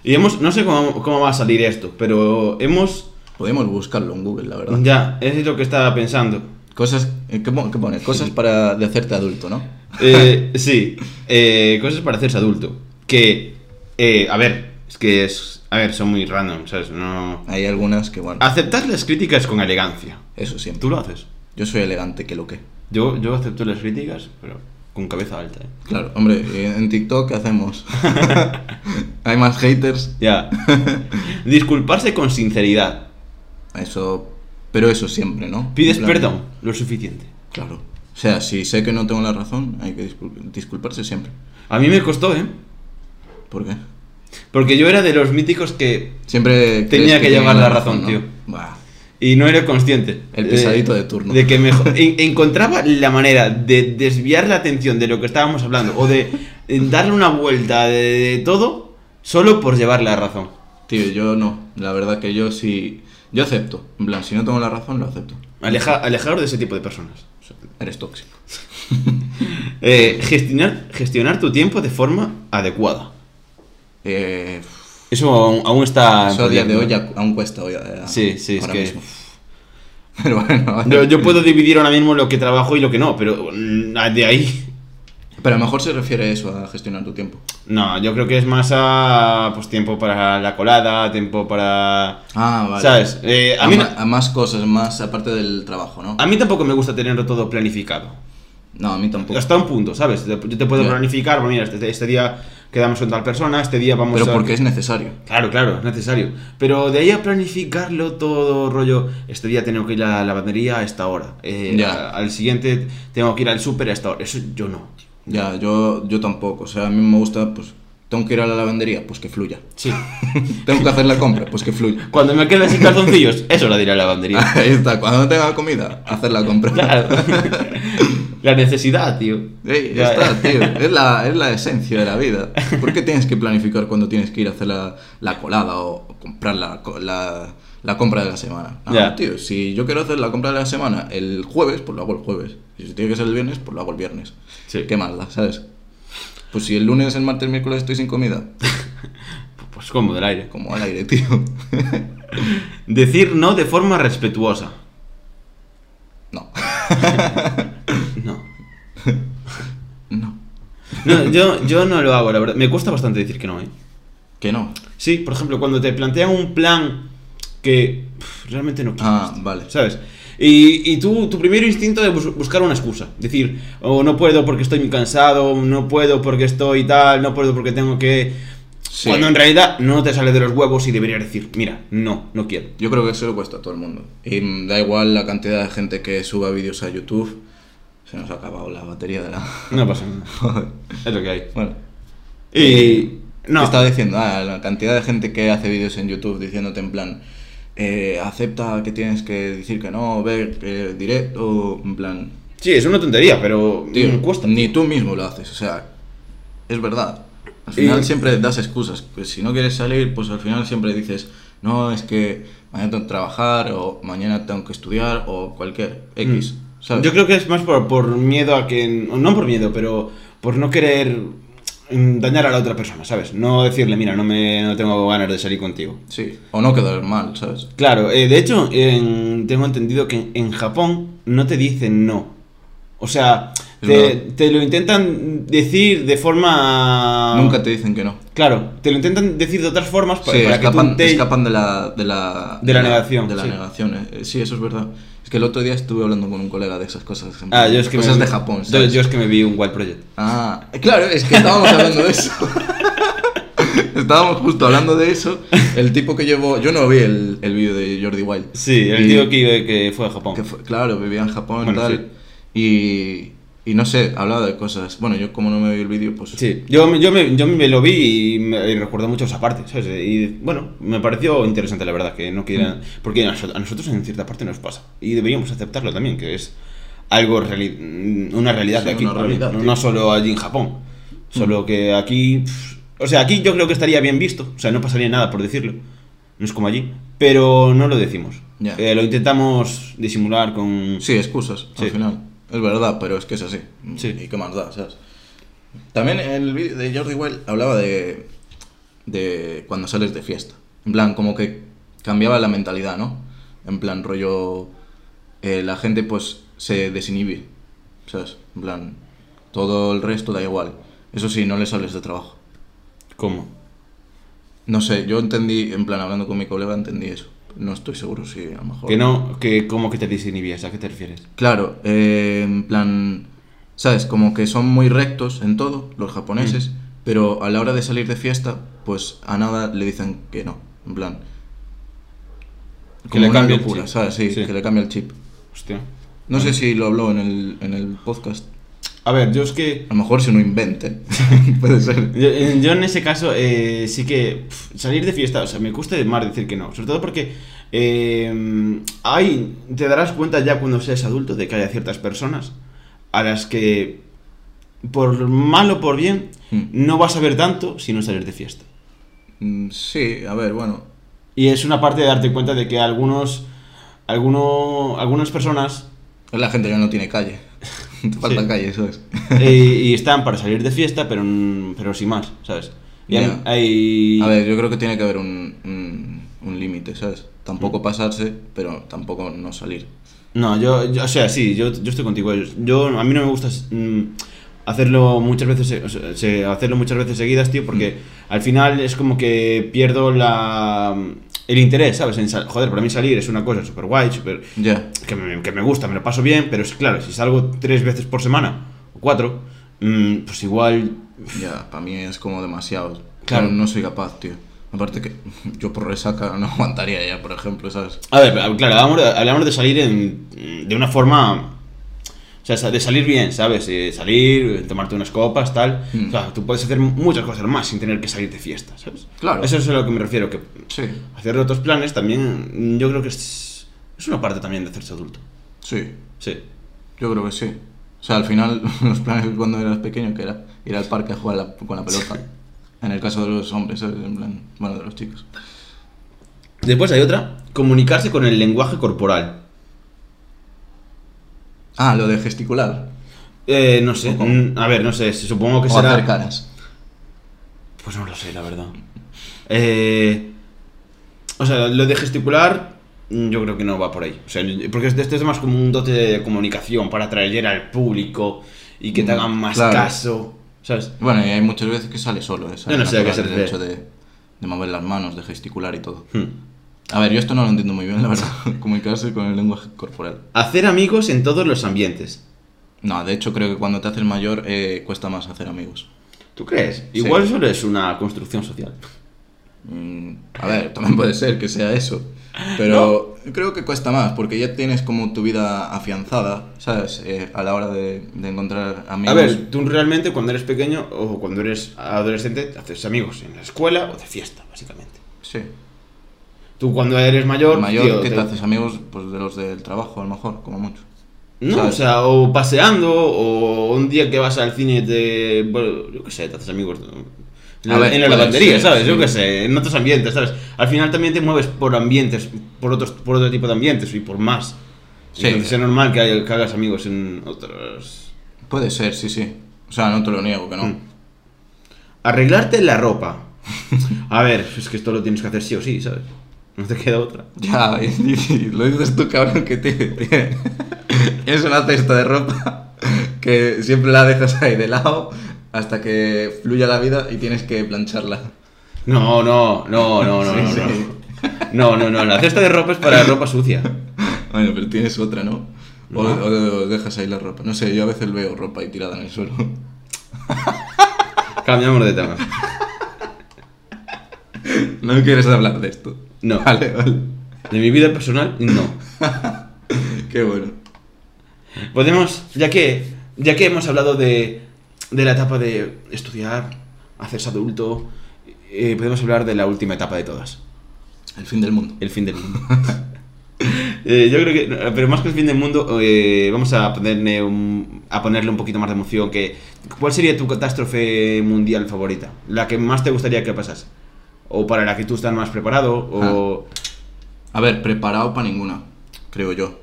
[SPEAKER 1] Y hemos. No sé cómo, cómo va a salir esto, pero hemos.
[SPEAKER 2] Podemos buscarlo en Google, la verdad.
[SPEAKER 1] Ya, eso es lo que estaba
[SPEAKER 2] *laughs*
[SPEAKER 1] pensando.
[SPEAKER 2] Cosas, eh, ¿qué, pon- qué pone? Cosas para de hacerte adulto, ¿no?
[SPEAKER 1] Eh, sí, eh, cosas para hacerse adulto. Que, eh, a ver, es que es. A ver, son muy random, ¿sabes? No.
[SPEAKER 2] Hay algunas que, bueno,
[SPEAKER 1] Aceptar las críticas con elegancia.
[SPEAKER 2] eso siempre.
[SPEAKER 1] Tú lo haces.
[SPEAKER 2] Yo soy elegante que lo que.
[SPEAKER 1] Yo, yo acepto las críticas, pero con cabeza alta, ¿eh?
[SPEAKER 2] Claro, hombre, eh, en TikTok ¿qué
[SPEAKER 1] *laughs*
[SPEAKER 2] hacemos? Hay más haters. *laughs*
[SPEAKER 1] Ya. Disculparse con sinceridad.
[SPEAKER 2] Eso. Pero eso siempre, ¿no?
[SPEAKER 1] Pides
[SPEAKER 2] En plan-
[SPEAKER 1] perdón lo suficiente.
[SPEAKER 2] Claro. O sea, si sé que no tengo la razón, hay que discul- disculparse siempre.
[SPEAKER 1] A mí me costó, ¿eh?
[SPEAKER 2] ¿Por qué?
[SPEAKER 1] Porque yo era de los míticos que.
[SPEAKER 2] Siempre. crees
[SPEAKER 1] Tenía que
[SPEAKER 2] tienen
[SPEAKER 1] llevar la razón,
[SPEAKER 2] ¿no?
[SPEAKER 1] tío.
[SPEAKER 2] Buah.
[SPEAKER 1] Y no era consciente.
[SPEAKER 2] El
[SPEAKER 1] Eh,
[SPEAKER 2] pesadito de turno.
[SPEAKER 1] De que me,
[SPEAKER 2] *laughs*
[SPEAKER 1] en- encontraba la manera de desviar la atención de lo que estábamos hablando o de darle una vuelta de, de todo solo por llevar la razón.
[SPEAKER 2] Tío, yo no. La verdad que yo sí. Yo acepto. En plan, si no tengo la razón, lo acepto.
[SPEAKER 1] Aleja, alejaros de ese tipo de personas.
[SPEAKER 2] Eres tóxico.
[SPEAKER 1] Eh, gestionar, gestionar tu tiempo de forma adecuada.
[SPEAKER 2] Eh,
[SPEAKER 1] Eso aún, aún está... en
[SPEAKER 2] eso a día de hoy
[SPEAKER 1] proyecto.
[SPEAKER 2] ya aún cuesta hoy. eh,
[SPEAKER 1] Sí, sí, es
[SPEAKER 2] ahora
[SPEAKER 1] que-
[SPEAKER 2] mismo. *laughs* Pero bueno.
[SPEAKER 1] Yo, yo puedo dividir ahora mismo lo que trabajo y lo que no, pero mm, de ahí...
[SPEAKER 2] Pero a lo mejor se refiere eso a gestionar tu tiempo.
[SPEAKER 1] No, yo creo que es más a... Pues tiempo para la colada, tiempo para...
[SPEAKER 2] Ah, vale.
[SPEAKER 1] ¿Sabes? Eh, a, mí,
[SPEAKER 2] ma-
[SPEAKER 1] no-
[SPEAKER 2] a más cosas, más aparte del trabajo, ¿no?
[SPEAKER 1] a mí tampoco me gusta tenerlo todo planificado.
[SPEAKER 2] No, a mí tampoco.
[SPEAKER 1] Hasta un punto, ¿sabes? Yo te puedo
[SPEAKER 2] Ya.
[SPEAKER 1] planificar, bueno, mira, este, este día quedamos con tal persona, este día vamos
[SPEAKER 2] Pero
[SPEAKER 1] a...
[SPEAKER 2] porque es necesario.
[SPEAKER 1] Claro, claro, es necesario. Pero de ahí a planificarlo todo, rollo, este día tengo que ir a la lavandería a esta hora. eh,
[SPEAKER 2] Ya.
[SPEAKER 1] a- al siguiente tengo que ir al súper a esta hora. Eso yo no.
[SPEAKER 2] Ya, yo, yo tampoco. O sea, a mí me gusta, pues, tengo que ir a la lavandería, pues que fluya. *laughs*
[SPEAKER 1] Sí.
[SPEAKER 2] Tengo que hacer la compra, pues que fluya.
[SPEAKER 1] Cuando me quedan sin
[SPEAKER 2] *laughs*
[SPEAKER 1] calzoncillos, eso lo diré a la lavandería.
[SPEAKER 2] Ahí está, cuando no tenga comida, hacer la compra.
[SPEAKER 1] Claro. *laughs*
[SPEAKER 2] *laughs*
[SPEAKER 1] la necesidad, tío.
[SPEAKER 2] Ey,
[SPEAKER 1] Ya.
[SPEAKER 2] ya
[SPEAKER 1] *laughs*
[SPEAKER 2] está, tío. Es la, es la esencia de la vida. ¿Por qué tienes que planificar cuando tienes que ir a hacer la, la colada o comprar la, co- la, la compra de la semana? No,
[SPEAKER 1] Ya.
[SPEAKER 2] tío, si yo quiero hacer la compra de la semana el jueves, pues lo hago el jueves. Y si tiene que ser el viernes, pues lo hago el viernes.
[SPEAKER 1] Sí.
[SPEAKER 2] ¿Qué más da, sabes? Pues si el lunes, el martes, el miércoles estoy sin comida,
[SPEAKER 1] Pues como del aire.
[SPEAKER 2] como al aire, *laughs* tío.
[SPEAKER 1] Decir no de forma respetuosa.
[SPEAKER 2] No,
[SPEAKER 1] *laughs* No.
[SPEAKER 2] no.
[SPEAKER 1] No, yo, yo no lo hago, la verdad. Me cuesta bastante decir que no, ¿eh?
[SPEAKER 2] Que no.
[SPEAKER 1] Sí, por ejemplo, cuando te plantean un plan que pf, realmente no quieres.
[SPEAKER 2] Ah, vale.
[SPEAKER 1] ¿Sabes? Y, y tú, tu primer instinto es bus- buscar una excusa. Decir, oh, no puedo porque estoy muy cansado, no puedo porque estoy tal, no puedo porque tengo que...
[SPEAKER 2] Sí.
[SPEAKER 1] Cuando en realidad no te sale de los huevos y deberías decir, mira, no, no quiero.
[SPEAKER 2] Yo creo que eso le cuesta a todo el mundo. Y mm, da igual la cantidad de gente que suba vídeos a YouTube. Se nos ha acabado la batería de la. *laughs*
[SPEAKER 1] No pasa nada.
[SPEAKER 2] Joder.
[SPEAKER 1] *laughs* Es lo que hay.
[SPEAKER 2] bueno.
[SPEAKER 1] Y... No.
[SPEAKER 2] ¿Qué estaba diciendo? Ah, la cantidad de gente que hace vídeos en YouTube diciéndote en plan. eh, acepta que tienes que decir que no, ver eh, directo, en plan.
[SPEAKER 1] Sí, es una tontería, pero
[SPEAKER 2] Tío,
[SPEAKER 1] mm, cuesta.
[SPEAKER 2] ni tú mismo lo haces, o sea, es verdad. Al final
[SPEAKER 1] Y-
[SPEAKER 2] siempre das excusas, pues si no quieres salir, pues al final siempre dices, no, es que mañana tengo que trabajar o mañana tengo que estudiar o cualquier X. ¿sabes?
[SPEAKER 1] Mm. Yo creo que es más por, por miedo a que. No por miedo, pero por no querer mm, dañar a la otra persona, ¿sabes? No decirle, mira, no, me, no tengo ganas de salir contigo.
[SPEAKER 2] Sí, o no quedar mal, ¿sabes?
[SPEAKER 1] Claro, eh, de hecho, en- tengo entendido que en Japón no te dicen no. O sea,
[SPEAKER 2] Es
[SPEAKER 1] te,
[SPEAKER 2] verdad.
[SPEAKER 1] te lo intentan decir de forma.
[SPEAKER 2] Nunca te dicen que no.
[SPEAKER 1] Claro, te lo intentan decir de otras formas pa- para,
[SPEAKER 2] Sí, escapan,
[SPEAKER 1] que tú te-
[SPEAKER 2] escapan de la, de la...
[SPEAKER 1] De la negación,
[SPEAKER 2] De la
[SPEAKER 1] sí.
[SPEAKER 2] negación, eh. Eh, sí, eso es verdad. Es que el otro día estuve hablando con un colega de esas cosas.
[SPEAKER 1] Ah, yo es que
[SPEAKER 2] cosas
[SPEAKER 1] me-
[SPEAKER 2] de Japón,
[SPEAKER 1] yo,
[SPEAKER 2] ¿sabes?
[SPEAKER 1] yo es que me vi un Wild Project.
[SPEAKER 2] Ah, claro, es que estábamos hablando de eso. *laughs* estábamos justo hablando de eso. El tipo que llevó... Yo no vi el, el vídeo de Jordi Wild.
[SPEAKER 1] Sí, el
[SPEAKER 2] Y-
[SPEAKER 1] tío que, que fue a Japón.
[SPEAKER 2] que fue- claro, vivía en Japón
[SPEAKER 1] Bueno,
[SPEAKER 2] tal, y, y no sé, hablaba de cosas. Bueno, yo como no me vi el vídeo, pues...
[SPEAKER 1] Sí, yo, me- yo, me, yo me lo vi y me y recuerdo mucho esa parte, ¿sabes? Y bueno, me pareció interesante la verdad que no
[SPEAKER 2] Mm.
[SPEAKER 1] quieran... Porque a noso- a nosotros en cierta parte nos pasa y deberíamos aceptarlo también, que es algo, reali- mm, una realidad
[SPEAKER 2] Sí,
[SPEAKER 1] de aquí,
[SPEAKER 2] una
[SPEAKER 1] también,
[SPEAKER 2] realidad,
[SPEAKER 1] no,
[SPEAKER 2] tío. Mm.
[SPEAKER 1] no solo allí en Japón, solo que aquí... pff, O sea, aquí yo creo que estaría bien visto, o sea, no pasaría nada por decirlo, no es como allí, pero no lo decimos.
[SPEAKER 2] Ya.
[SPEAKER 1] Eh, lo intentamos disimular con...
[SPEAKER 2] Sí, excusas,
[SPEAKER 1] Sí.
[SPEAKER 2] al final. Es verdad, pero es que es así.
[SPEAKER 1] Sí.
[SPEAKER 2] ¿Y qué más da, sabes? También el vídeo de Jordi Well hablaba de, de cuando sales de fiesta. En plan, como que cambiaba la mentalidad, ¿no? En plan, rollo... eh, la gente pues se desinhibe, ¿sabes? En plan, todo el resto da igual. Eso sí, no le sales de trabajo.
[SPEAKER 1] ¿Cómo?
[SPEAKER 2] No sé, yo entendí, en plan, hablando con mi colega, entendí eso. No estoy seguro si a lo mejor...
[SPEAKER 1] Que no, que cómo que te disinhibías, ¿a qué te refieres?
[SPEAKER 2] Claro, eh, en plan, ¿sabes? Como que son muy rectos en todo, los
[SPEAKER 1] Mm.
[SPEAKER 2] japoneses, pero a la hora de salir de fiesta, pues a nada le dicen que no, en plan.
[SPEAKER 1] Que
[SPEAKER 2] como
[SPEAKER 1] le
[SPEAKER 2] una
[SPEAKER 1] cambie el
[SPEAKER 2] locura,
[SPEAKER 1] chip.
[SPEAKER 2] ¿sabes? Sí,
[SPEAKER 1] Sí.
[SPEAKER 2] que le cambia el chip.
[SPEAKER 1] Hostia.
[SPEAKER 2] No sé si lo habló en el, en el podcast.
[SPEAKER 1] A ver, yo es que.
[SPEAKER 2] A lo mejor se lo inventen. *laughs* Puede ser.
[SPEAKER 1] Yo, eh, yo en ese caso eh, sí que pf, salir de fiesta, o sea, me cuesta más decir que no. Sobre todo porque eh, hay, te darás cuenta ya cuando seas adulto de que hay ciertas personas a las que, por mal o por bien,
[SPEAKER 2] Mm.
[SPEAKER 1] no vas a ver tanto si no sales de fiesta.
[SPEAKER 2] Mm, Sí, a ver, bueno.
[SPEAKER 1] Y es una parte de darte cuenta de que algunos, alguno, algunas personas
[SPEAKER 2] La gente ya no tiene calle. *laughs* Te falta
[SPEAKER 1] Sí.
[SPEAKER 2] calle, eso es.
[SPEAKER 1] eh, y están para salir de fiesta, pero, mm, pero sin más, ¿sabes? Y hay-
[SPEAKER 2] Ya.
[SPEAKER 1] hay-
[SPEAKER 2] A ver, yo creo que tiene que haber un, un, un límite, ¿sabes? Tampoco pasarse, pero tampoco no salir.
[SPEAKER 1] No, yo, yo- o sea, sí, yo, yo estoy contigo. Yo, yo- a mí no me gusta mm, hacerlo muchas veces, se- o sea, se- hacerlo muchas veces seguidas, tío, porque al final es como que pierdo la mm, el interés, ¿sabes? En sal- joder, para mí salir es una cosa súper guay, súper
[SPEAKER 2] Ya.
[SPEAKER 1] que me, que me gusta, me lo paso bien, pero es claro, si salgo tres veces por semana o cuatro, mm, pues igual
[SPEAKER 2] Ya, para mí es como demasiado.
[SPEAKER 1] Claro.
[SPEAKER 2] Claro. No, soy capaz, tío. Aparte que *laughs* yo por resaca no aguantaría ya, por ejemplo, ¿sabes?
[SPEAKER 1] A ver, claro, hablamos de, hablamos de salir en- de una forma. O sea, sa- de salir bien, ¿sabes? Eh, salir, tomarte unas copas, tal.
[SPEAKER 2] Mm.
[SPEAKER 1] O sea, tú puedes hacer muchas cosas más sin tener que salir de fiesta, ¿sabes?
[SPEAKER 2] Claro.
[SPEAKER 1] Eso es a lo que me refiero, que
[SPEAKER 2] Sí,
[SPEAKER 1] hacer otros planes también. mm, Yo creo que es, es una parte también de hacerse adulto.
[SPEAKER 2] sí.
[SPEAKER 1] Sí.
[SPEAKER 2] Yo creo que sí. O sea, al final *laughs* los planes de cuando eras pequeño que era ir al parque a jugar la- con la pelota. En el caso de los hombres, ¿sabes? En plan, bueno, de los chicos.
[SPEAKER 1] Después hay otra, comunicarse con el lenguaje corporal.
[SPEAKER 2] Ah, lo de gesticular.
[SPEAKER 1] Eh, no sé,
[SPEAKER 2] Ojo.
[SPEAKER 1] mm, a ver, no sé, supongo que
[SPEAKER 2] O
[SPEAKER 1] será.
[SPEAKER 2] hacer caras.
[SPEAKER 1] Pues no lo sé, la verdad. Eh, o sea, lo de gesticular, mm, yo creo que no va por ahí. O sea, porque este, este es más como un dote de comunicación para atraer al público y que te
[SPEAKER 2] Mm,
[SPEAKER 1] hagan más
[SPEAKER 2] claro.
[SPEAKER 1] caso. ¿Sabes?
[SPEAKER 2] Bueno, y hay muchas veces que sale solo eso.
[SPEAKER 1] Yo no
[SPEAKER 2] es
[SPEAKER 1] sé a qué se
[SPEAKER 2] natural, el hecho
[SPEAKER 1] refiere.
[SPEAKER 2] de, de mover las manos, de gesticular y todo.
[SPEAKER 1] Hmm.
[SPEAKER 2] A ver, yo esto no lo entiendo muy bien, la verdad. *laughs* Comunicarse con el lenguaje corporal.
[SPEAKER 1] Hacer amigos en todos los ambientes.
[SPEAKER 2] No, de hecho creo que cuando te haces mayor eh, cuesta más hacer amigos.
[SPEAKER 1] ¿Tú crees? Igual solo es una construcción social.
[SPEAKER 2] Mm, a ver, también puede ser que sea eso. Pero creo que cuesta más, porque ya tienes como tu vida afianzada, ¿sabes? Eh, a la hora de, de encontrar amigos.
[SPEAKER 1] A ver, tú realmente cuando eres pequeño o cuando eres adolescente te haces amigos en la escuela o de fiesta, básicamente.
[SPEAKER 2] Sí.
[SPEAKER 1] Tú cuando eres mayor...
[SPEAKER 2] mayor
[SPEAKER 1] tío,
[SPEAKER 2] que te haces amigos, pues de los del trabajo, a lo mejor, como mucho.
[SPEAKER 1] No,
[SPEAKER 2] ¿Sabes?
[SPEAKER 1] o sea, o paseando, o un día que vas al cine te. Bueno, yo qué sé, te haces amigos. En,
[SPEAKER 2] A
[SPEAKER 1] la-
[SPEAKER 2] ver,
[SPEAKER 1] en la
[SPEAKER 2] puede
[SPEAKER 1] lavandería,
[SPEAKER 2] ser,
[SPEAKER 1] ¿sabes? Yo
[SPEAKER 2] sí.
[SPEAKER 1] qué sé, en otros ambientes, ¿sabes? Al final también te mueves por ambientes, por, otros, por otro tipo de ambientes y por más.
[SPEAKER 2] Sí.
[SPEAKER 1] Entonces es normal que, hay- que hagas amigos en otros...
[SPEAKER 2] Puede ser, sí, sí. O sea, no te lo niego que no.
[SPEAKER 1] Mm. Arreglarte la ropa. A ver, es que esto lo tienes que hacer sí o sí, ¿sabes? No te queda otra.
[SPEAKER 2] Ya, *laughs* y- y- y lo dices tú, cabrón, que te, te- *laughs* tienes una cesta de ropa que siempre la dejas ahí de lado hasta que fluya la vida y tienes que plancharla.
[SPEAKER 1] No, no, no, no, no,
[SPEAKER 2] Sí,
[SPEAKER 1] no,
[SPEAKER 2] sí.
[SPEAKER 1] no. No, no, no. La cesta de ropa es para ropa sucia.
[SPEAKER 2] Bueno, pero tienes otra, ¿no? O,
[SPEAKER 1] No.
[SPEAKER 2] o dejas ahí la ropa. No sé, yo a veces veo ropa ahí tirada en el suelo. *laughs*
[SPEAKER 1] Cambiamos de tema.
[SPEAKER 2] No quieres hablar de esto.
[SPEAKER 1] No.
[SPEAKER 2] *laughs* Vale, vale.
[SPEAKER 1] De mi vida personal, no.
[SPEAKER 2] Qué bueno.
[SPEAKER 1] Podemos, ya que, ya que hemos hablado de, de la etapa de estudiar, hacerse adulto, eh, podemos hablar de la última etapa de todas,
[SPEAKER 2] El fin del mundo.
[SPEAKER 1] el fin del
[SPEAKER 2] *laughs*
[SPEAKER 1] mundo. Eh, yo creo que, no, pero más que el fin del mundo, eh, vamos a ponerle, un, a ponerle un poquito más de emoción. Que, ¿Cuál sería tu catástrofe mundial favorita? ¿La que más te gustaría que pasase? ¿O para la que tú estás más preparado? ¿O
[SPEAKER 2] Ah. A ver, preparado para ninguna, creo yo.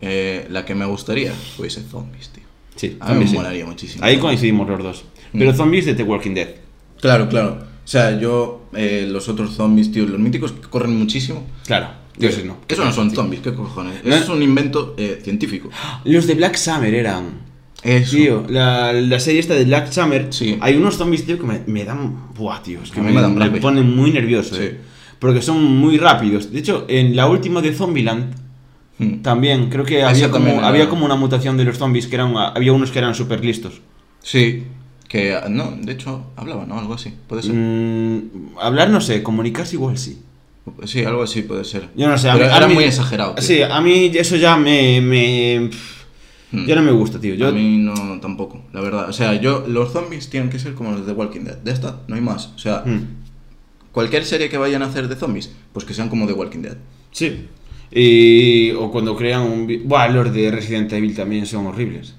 [SPEAKER 2] Eh, la que me gustaría fuese zombies, tío.
[SPEAKER 1] Sí,
[SPEAKER 2] A mí
[SPEAKER 1] zombies,
[SPEAKER 2] me
[SPEAKER 1] sí.
[SPEAKER 2] molaría muchísimo.
[SPEAKER 1] Ahí coincidimos los dos. Pero
[SPEAKER 2] Mm.
[SPEAKER 1] zombies de The Walking Dead.
[SPEAKER 2] Claro, claro. O sea, yo, eh, los otros zombies, tío, los míticos que corren muchísimo.
[SPEAKER 1] Claro, yo sí no.
[SPEAKER 2] Eso no son zombies, qué cojones.
[SPEAKER 1] No.
[SPEAKER 2] Eso es un invento eh,
[SPEAKER 1] *gasps*
[SPEAKER 2] científico.
[SPEAKER 1] Los de Black Summer eran.
[SPEAKER 2] Eso.
[SPEAKER 1] Tío, la, la serie esta de Black Summer.
[SPEAKER 2] Sí.
[SPEAKER 1] Hay unos zombies, tío, que me, me dan. Buah, tío, es que
[SPEAKER 2] A mí
[SPEAKER 1] me,
[SPEAKER 2] me dan
[SPEAKER 1] me
[SPEAKER 2] rabia.
[SPEAKER 1] ponen muy nervioso,
[SPEAKER 2] Sí.
[SPEAKER 1] eh. Porque son muy rápidos. De hecho, en la última de Zombieland
[SPEAKER 2] Mm.
[SPEAKER 1] también, creo que
[SPEAKER 2] Esa
[SPEAKER 1] había como,
[SPEAKER 2] también era-
[SPEAKER 1] había como una mutación de los zombies que eran. Había unos que eran súper listos.
[SPEAKER 2] Sí. Que, ah, no, de hecho, hablaba, ¿no? Algo así. Puede ser.
[SPEAKER 1] Mm, hablar, no sé, comunicarse igual sí.
[SPEAKER 2] Sí, algo así puede ser.
[SPEAKER 1] Yo no sé,
[SPEAKER 2] Pero
[SPEAKER 1] mí-
[SPEAKER 2] era
[SPEAKER 1] mí-
[SPEAKER 2] muy exagerado. tío.
[SPEAKER 1] Sí, a mí eso ya me. me
[SPEAKER 2] Mm.
[SPEAKER 1] ya no me gusta, tío. Yo,
[SPEAKER 2] A mí no, tampoco, la verdad. O sea, yo, los zombies tienen que ser como los de Walking Dead. De esta, no hay más. O sea,
[SPEAKER 1] Mm.
[SPEAKER 2] cualquier serie que vayan a hacer de zombies, pues que sean como de Walking Dead.
[SPEAKER 1] Sí. Y, o cuando crean un... vi- Buah, los de Resident Evil también son horribles.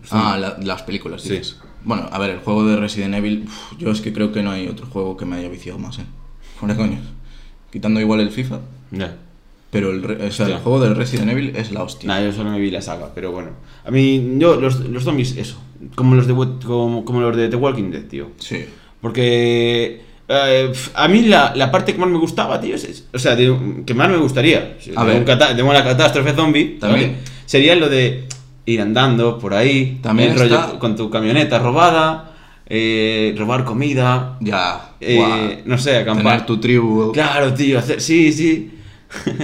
[SPEAKER 1] Los
[SPEAKER 2] Ah,
[SPEAKER 1] zombies.
[SPEAKER 2] la- las películas,
[SPEAKER 1] Sí.
[SPEAKER 2] sí. Bueno, a ver, el juego de Resident Evil, uf, yo es que creo que no hay otro juego que me haya viciado más, ¿eh? Fuera coños. Quitando igual el FIFA,
[SPEAKER 1] Ya.
[SPEAKER 2] pero el, re- o sea, el
[SPEAKER 1] Hostia.
[SPEAKER 2] juego del Resident Evil es la hostia.
[SPEAKER 1] Nah, yo solo me vi la saga, pero bueno. A mí, yo, los, los zombies, eso. Como los de, Wo- como, como los de The Walking Dead, tío.
[SPEAKER 2] Sí.
[SPEAKER 1] Porque... eh, pf, a mí la, la parte que más me gustaba, tío, es- es- o sea, de- que más me gustaría, o sea,
[SPEAKER 2] A
[SPEAKER 1] de,
[SPEAKER 2] ver.
[SPEAKER 1] un cata- de una catástrofe zombie,
[SPEAKER 2] También.
[SPEAKER 1] ¿vale? sería lo de ir andando por ahí,
[SPEAKER 2] También
[SPEAKER 1] el rollo
[SPEAKER 2] está-
[SPEAKER 1] con tu camioneta robada, eh, robar comida,
[SPEAKER 2] Ya.
[SPEAKER 1] Eh,
[SPEAKER 2] guau.
[SPEAKER 1] no sé, acampar.
[SPEAKER 2] Tener tu tribu.
[SPEAKER 1] Claro, tío, hacer- sí, sí.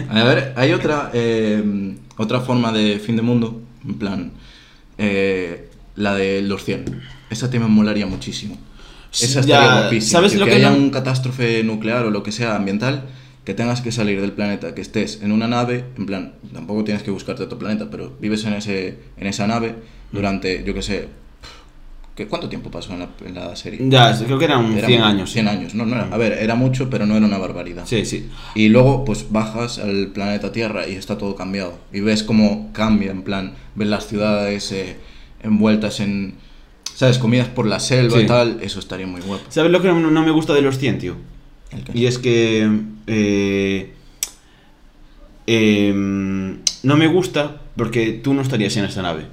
[SPEAKER 2] A ver, hay otra, eh, otra forma de fin de mundo, en plan, eh, la de los 100. Esa te me molaría muchísimo.
[SPEAKER 1] Ya,
[SPEAKER 2] Esa estaría guapísima.
[SPEAKER 1] ¿sabes
[SPEAKER 2] tío,
[SPEAKER 1] lo
[SPEAKER 2] que,
[SPEAKER 1] que
[SPEAKER 2] haya
[SPEAKER 1] no?
[SPEAKER 2] un catástrofe nuclear o lo que sea ambiental, que tengas que salir del planeta, que estés en una nave, en plan, tampoco tienes que buscarte otro planeta, pero vives en, ese, en esa nave
[SPEAKER 1] Mm.
[SPEAKER 2] durante, yo qué sé, ¿qué, ¿cuánto tiempo pasó en la, en la serie?
[SPEAKER 1] Ya, creo que eran
[SPEAKER 2] Era
[SPEAKER 1] 100
[SPEAKER 2] mu-
[SPEAKER 1] años. Mm.
[SPEAKER 2] 100 años, no, no era. A ver, era mucho, pero no era una barbaridad.
[SPEAKER 1] Sí, sí.
[SPEAKER 2] Y luego, pues bajas al planeta Tierra y está todo cambiado. Y ves cómo cambia, en plan, ves las ciudades eh, envueltas en, ¿sabes? Comidas por la selva
[SPEAKER 1] Sí.
[SPEAKER 2] y tal. Eso estaría muy guapo.
[SPEAKER 1] ¿Sabes lo que no, no me gusta de los 100, tío?
[SPEAKER 2] El que-
[SPEAKER 1] Y es que... eh, em, no me gusta porque tú no estarías en esa nave.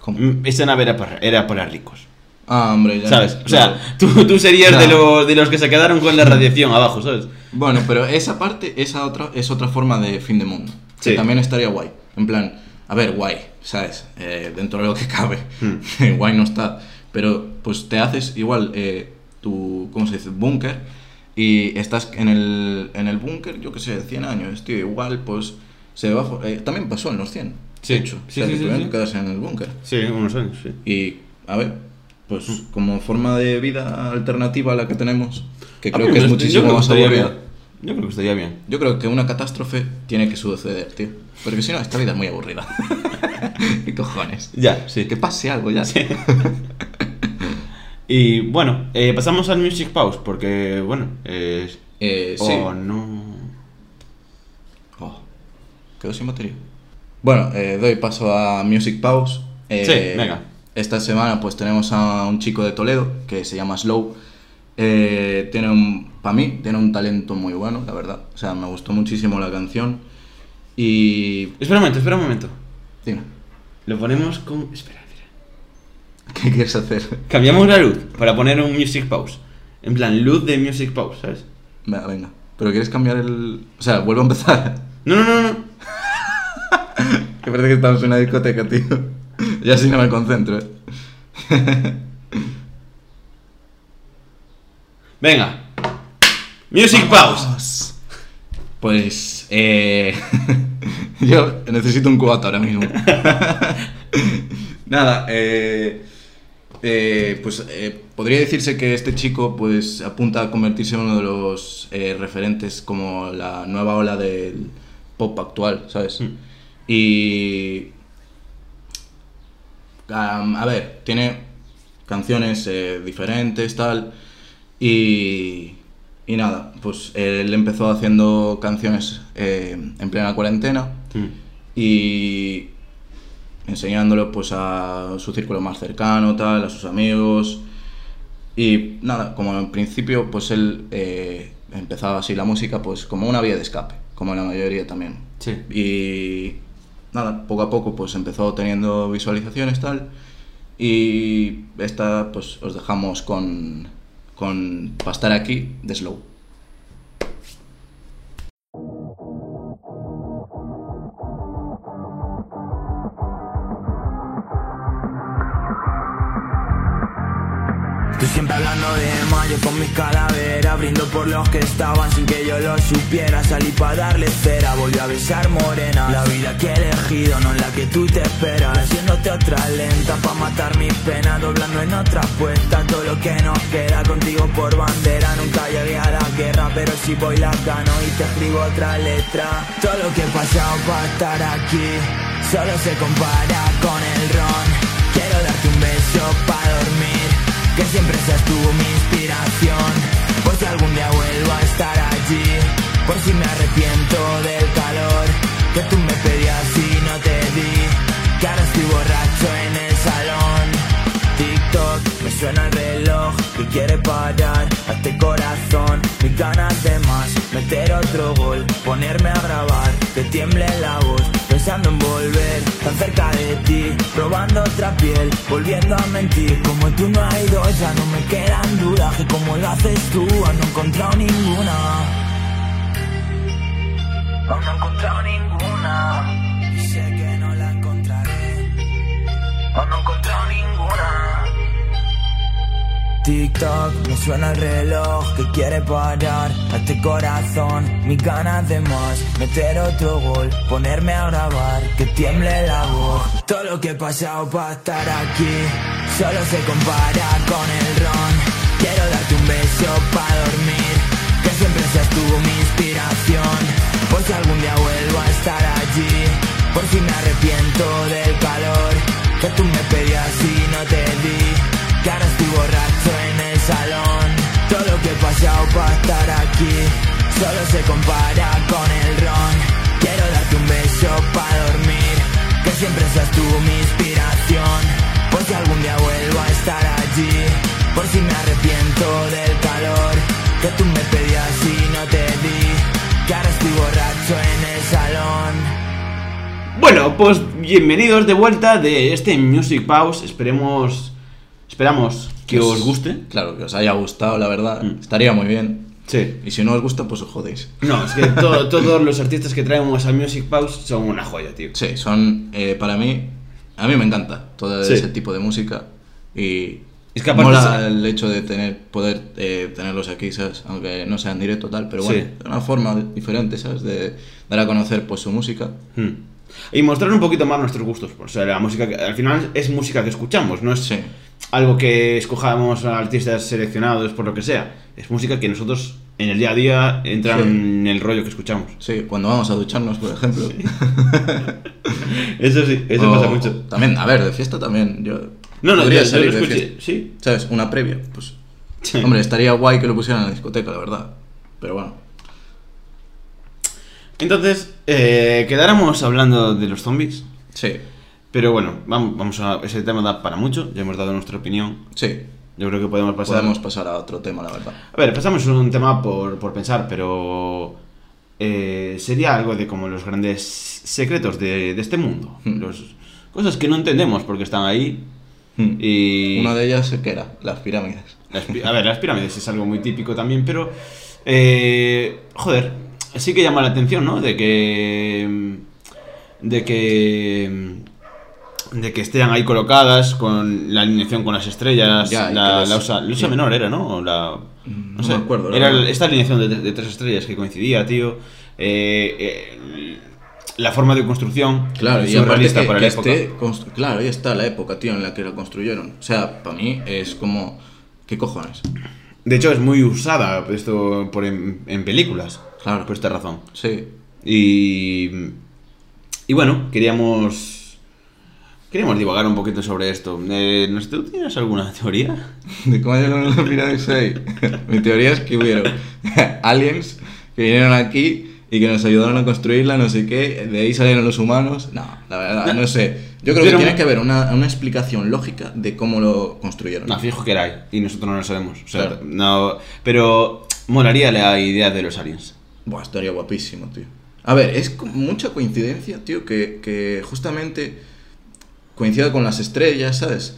[SPEAKER 2] ¿Cómo?
[SPEAKER 1] Mm, Esa nave era para, era para ricos.
[SPEAKER 2] Ah, hombre, ya.
[SPEAKER 1] ¿Sabes? O sea,
[SPEAKER 2] claro.
[SPEAKER 1] tú, tú serías de,
[SPEAKER 2] Claro.
[SPEAKER 1] los, de los que se quedaron
[SPEAKER 2] *laughs*
[SPEAKER 1] con la radiación abajo, ¿sabes?
[SPEAKER 2] Bueno, pero esa parte esa otra, es otra forma de fin de mundo.
[SPEAKER 1] Sí.
[SPEAKER 2] Que también estaría guay. En plan, a ver, guay, ¿sabes? Eh, dentro de lo que *laughs* cabe.
[SPEAKER 1] Hmm.
[SPEAKER 2] guay no está. Pero pues te haces igual eh, tu, ¿cómo se dice? Búnker. Y estás en el, en el búnker, yo qué sé, 100 años, tío. Igual, pues se va... fo- eh, también pasó en los 100.
[SPEAKER 1] Sí.
[SPEAKER 2] de hecho.
[SPEAKER 1] Sí,
[SPEAKER 2] O sea,
[SPEAKER 1] sí,
[SPEAKER 2] que
[SPEAKER 1] sí,
[SPEAKER 2] tuvieron
[SPEAKER 1] sí.
[SPEAKER 2] que quedarse en el búnker.
[SPEAKER 1] Sí, unos años, sí.
[SPEAKER 2] Y, a ver, pues
[SPEAKER 1] Mm.
[SPEAKER 2] como forma de vida alternativa a la que tenemos, que
[SPEAKER 1] A
[SPEAKER 2] creo
[SPEAKER 1] mí
[SPEAKER 2] que
[SPEAKER 1] me-
[SPEAKER 2] es
[SPEAKER 1] yo
[SPEAKER 2] muchísimo
[SPEAKER 1] creo que
[SPEAKER 2] más
[SPEAKER 1] estaría bien.
[SPEAKER 2] aburrida.
[SPEAKER 1] Yo creo que estaría bien.
[SPEAKER 2] Yo creo que una catástrofe tiene que suceder, tío. Porque si no, esta vida es muy aburrida. *laughs* ¿Qué cojones?
[SPEAKER 1] Ya, sí. *laughs*
[SPEAKER 2] Que pase algo ya.
[SPEAKER 1] Sí. y bueno, eh, pasamos al Music Pause porque, bueno, eh,
[SPEAKER 2] Eh, sí.
[SPEAKER 1] oh, no.
[SPEAKER 2] Oh, quedó sin batería. Bueno, eh, doy paso a Music Pause. Eh,
[SPEAKER 1] Sí, venga.
[SPEAKER 2] Esta semana pues tenemos a un chico de Toledo que se llama Slow, Eh, tiene un, para mí, tiene un talento muy bueno, la verdad. O sea, me gustó muchísimo la canción. Y.
[SPEAKER 1] Espera un momento, espera un momento.
[SPEAKER 2] Dime, *laughs*
[SPEAKER 1] Lo ponemos con. Espera, espera.
[SPEAKER 2] ¿qué quieres hacer?
[SPEAKER 1] Cambiamos la luz para poner un music pause. En plan, luz de music pause, ¿sabes?
[SPEAKER 2] Venga, venga. Pero quieres cambiar el. O sea, vuelvo a empezar. *laughs*
[SPEAKER 1] No, no, no, no.
[SPEAKER 2] Que parece que estamos en una discoteca, tío. *laughs* Ya así no me concentro, eh.
[SPEAKER 1] Venga. Music pause.
[SPEAKER 2] Pues. eh, *laughs* yo necesito un cubato ahora mismo. *laughs* Nada, eh, eh, pues eh, podría decirse que este chico pues apunta a convertirse en uno de los eh, referentes como la nueva ola del pop actual, ¿sabes?
[SPEAKER 1] Mm.
[SPEAKER 2] Y Am, a ver, tiene canciones eh, diferentes, tal. Y, y nada, pues él empezó haciendo canciones eh, en plena cuarentena y enseñándolo pues a su círculo más cercano, tal, a sus amigos. Y nada, como en principio pues él eh, empezaba así la música pues como una vía de escape, como la mayoría también.
[SPEAKER 1] Sí.
[SPEAKER 2] Y nada, poco a poco pues empezó teniendo visualizaciones tal. Y esta pues os dejamos con, con Pa' estar aquí de Slow.
[SPEAKER 3] Estoy siempre hablando de mayo con mis calaveras Brindo por los que estaban sin que yo lo supiera Salí para darle cera, volví a besar morena La vida que he elegido no es la que tú te esperas Haciéndote otra lenta pa' matar mis penas Doblando en otra apuesta todo lo que nos queda Contigo por bandera, nunca llegué a la guerra Pero si voy la gano y te escribo otra letra Todo lo que he pasado para estar aquí Solo se compara con el ron Quiero darte un beso para dormir que siempre seas tú mi inspiración Por si algún día vuelvo a estar allí Por si me arrepiento del calor Que tú me pedías y no te di Que ahora estoy borracho en el salón TikTok, me suena el reloj Que quiere parar a este corazón Mis ganas de más, meter otro gol Ponerme a grabar, que tiemble la voz Pensando en volver, tan cerca de ti Probando otra piel, volviendo a mentir Como tú no hay dos, ya no me quedan dudas Que como lo haces tú, aún no he encontrado ninguna Aún no he encontrado ninguna. Y sé que no la encontraré. Aún no he encontrado ninguna. TikTok, me suena el reloj que quiere parar a este corazón, mis ganas de más, meter otro gol, ponerme a grabar, que tiemble la voz. Todo lo que he pasado para estar aquí, solo se compara con el ron. Quiero darte un beso para dormir, que siempre seas tú mi inspiración. Por si algún día vuelvo a estar allí, por si me arrepiento del calor, que tú me pedías y no te di. Que ahora estoy borracho en el salón Todo lo que he pasado para estar aquí Solo se compara con el ron Quiero darte un beso para dormir Que siempre seas tú mi inspiración Por si algún día vuelvo a estar allí Por si me arrepiento del calor Que tú me pedías y no te di Que ahora estoy borracho en el salón
[SPEAKER 1] Bueno, pues bienvenidos de vuelta de este Music Pause. Esperemos. Esperamos que os guste. Mm.
[SPEAKER 2] Claro, que os haya gustado, la verdad. Estaría muy bien.
[SPEAKER 1] Sí.
[SPEAKER 2] Y si no os gusta, pues os jodéis.
[SPEAKER 1] No, es que to- *laughs* todos los artistas que traemos a Music Pause son una joya, tío.
[SPEAKER 2] Sí, son eh, para mí. A mí me encanta todo
[SPEAKER 1] Sí.
[SPEAKER 2] ese tipo de música. Y.
[SPEAKER 1] Es que aparte
[SPEAKER 2] mola
[SPEAKER 1] se-
[SPEAKER 2] el hecho de tener, poder eh, tenerlos aquí, ¿sabes? Aunque no sea en directo tal, pero bueno,
[SPEAKER 1] Sí.
[SPEAKER 2] es una forma de- diferente, ¿sabes? De dar a conocer pues su música.
[SPEAKER 1] Mm. Y mostrar un poquito más nuestros gustos. pues, O sea, la música que, al final es música que escuchamos, no es
[SPEAKER 2] Sí.
[SPEAKER 1] algo que escojamos a artistas seleccionados por lo que sea. Es música que nosotros en el día a día entran
[SPEAKER 2] Sí.
[SPEAKER 1] en el rollo que escuchamos.
[SPEAKER 2] Sí, cuando vamos a ducharnos, por ejemplo.
[SPEAKER 1] Eso sí, eso
[SPEAKER 2] O-
[SPEAKER 1] pasa mucho.
[SPEAKER 2] También, a ver, de fiesta también. Yo
[SPEAKER 1] No, no, yo, yo
[SPEAKER 2] podría
[SPEAKER 1] lo
[SPEAKER 2] salir de
[SPEAKER 1] escuché.
[SPEAKER 2] fiesta.
[SPEAKER 1] Sí.
[SPEAKER 2] ¿Sabes? Una previa. Pues, hombre, estaría guay que lo pusieran en la discoteca, la verdad. Pero bueno.
[SPEAKER 1] Entonces, eh, quedáramos hablando de los zombies.
[SPEAKER 2] Sí,
[SPEAKER 1] Pero bueno, vam- vamos a. Ese tema da para mucho, ya hemos dado nuestra opinión.
[SPEAKER 2] sí.
[SPEAKER 1] Yo creo que podemos pasar.
[SPEAKER 2] Podemos pasar a otro tema, la verdad.
[SPEAKER 1] A ver, pasamos un tema por, por pensar, pero eh, sería algo de como los grandes secretos de, de este mundo.
[SPEAKER 2] Hmm.
[SPEAKER 1] Los- cosas que no entendemos porque están ahí.
[SPEAKER 2] Hmm.
[SPEAKER 1] Mm, Y
[SPEAKER 2] Una de ellas, ¿qué era? Las pirámides.
[SPEAKER 1] las pi- a ver, las pirámides es algo muy típico también, pero... eh, joder, sí que llama la atención, ¿no? De que... mm, De que... mm, De que estén ahí colocadas con la alineación con las estrellas.
[SPEAKER 2] Ya,
[SPEAKER 1] la,
[SPEAKER 2] y que las-
[SPEAKER 1] la usa, la usa
[SPEAKER 2] ya.
[SPEAKER 1] menor era, ¿no? O la-
[SPEAKER 2] No me acuerdo, la
[SPEAKER 1] Mm, Era
[SPEAKER 2] verdad.
[SPEAKER 1] esta alineación de, de tres estrellas que coincidía, tío. eh, eh, la forma de construcción.
[SPEAKER 2] Claro, y aparte
[SPEAKER 1] surrealista
[SPEAKER 2] que,
[SPEAKER 1] para
[SPEAKER 2] que
[SPEAKER 1] la época.
[SPEAKER 2] esté constru- claro, ahí está la época, tío, en la que la construyeron. O sea, para mí es como... ¿Qué cojones?
[SPEAKER 1] De hecho, es muy usada esto por en, en películas.
[SPEAKER 2] Claro.
[SPEAKER 1] Por esta razón.
[SPEAKER 2] Sí.
[SPEAKER 1] Y. Y bueno, queríamos. Queríamos divagar un poquito sobre esto. Eh, ¿nos- ¿Tú tienes alguna teoría?
[SPEAKER 2] *laughs* ¿De cómo llegaron las pirámides ahí? *laughs* Mi teoría es que hubieron *laughs* aliens que vinieron aquí y que nos ayudaron a construirla, no sé qué, de ahí salieron los humanos. No, la verdad, no sé. Yo creo que
[SPEAKER 1] Pero-
[SPEAKER 2] tiene que haber una, una explicación lógica de cómo lo construyeron.
[SPEAKER 1] No, fijo que era ahí, y nosotros no lo sabemos. O sea,
[SPEAKER 2] Claro.
[SPEAKER 1] no. Pero molaría la idea de los aliens.
[SPEAKER 2] Buah, estaría guapísimo, tío. A ver, es co- mucha coincidencia, tío, que, que justamente coincida con las estrellas, ¿sabes?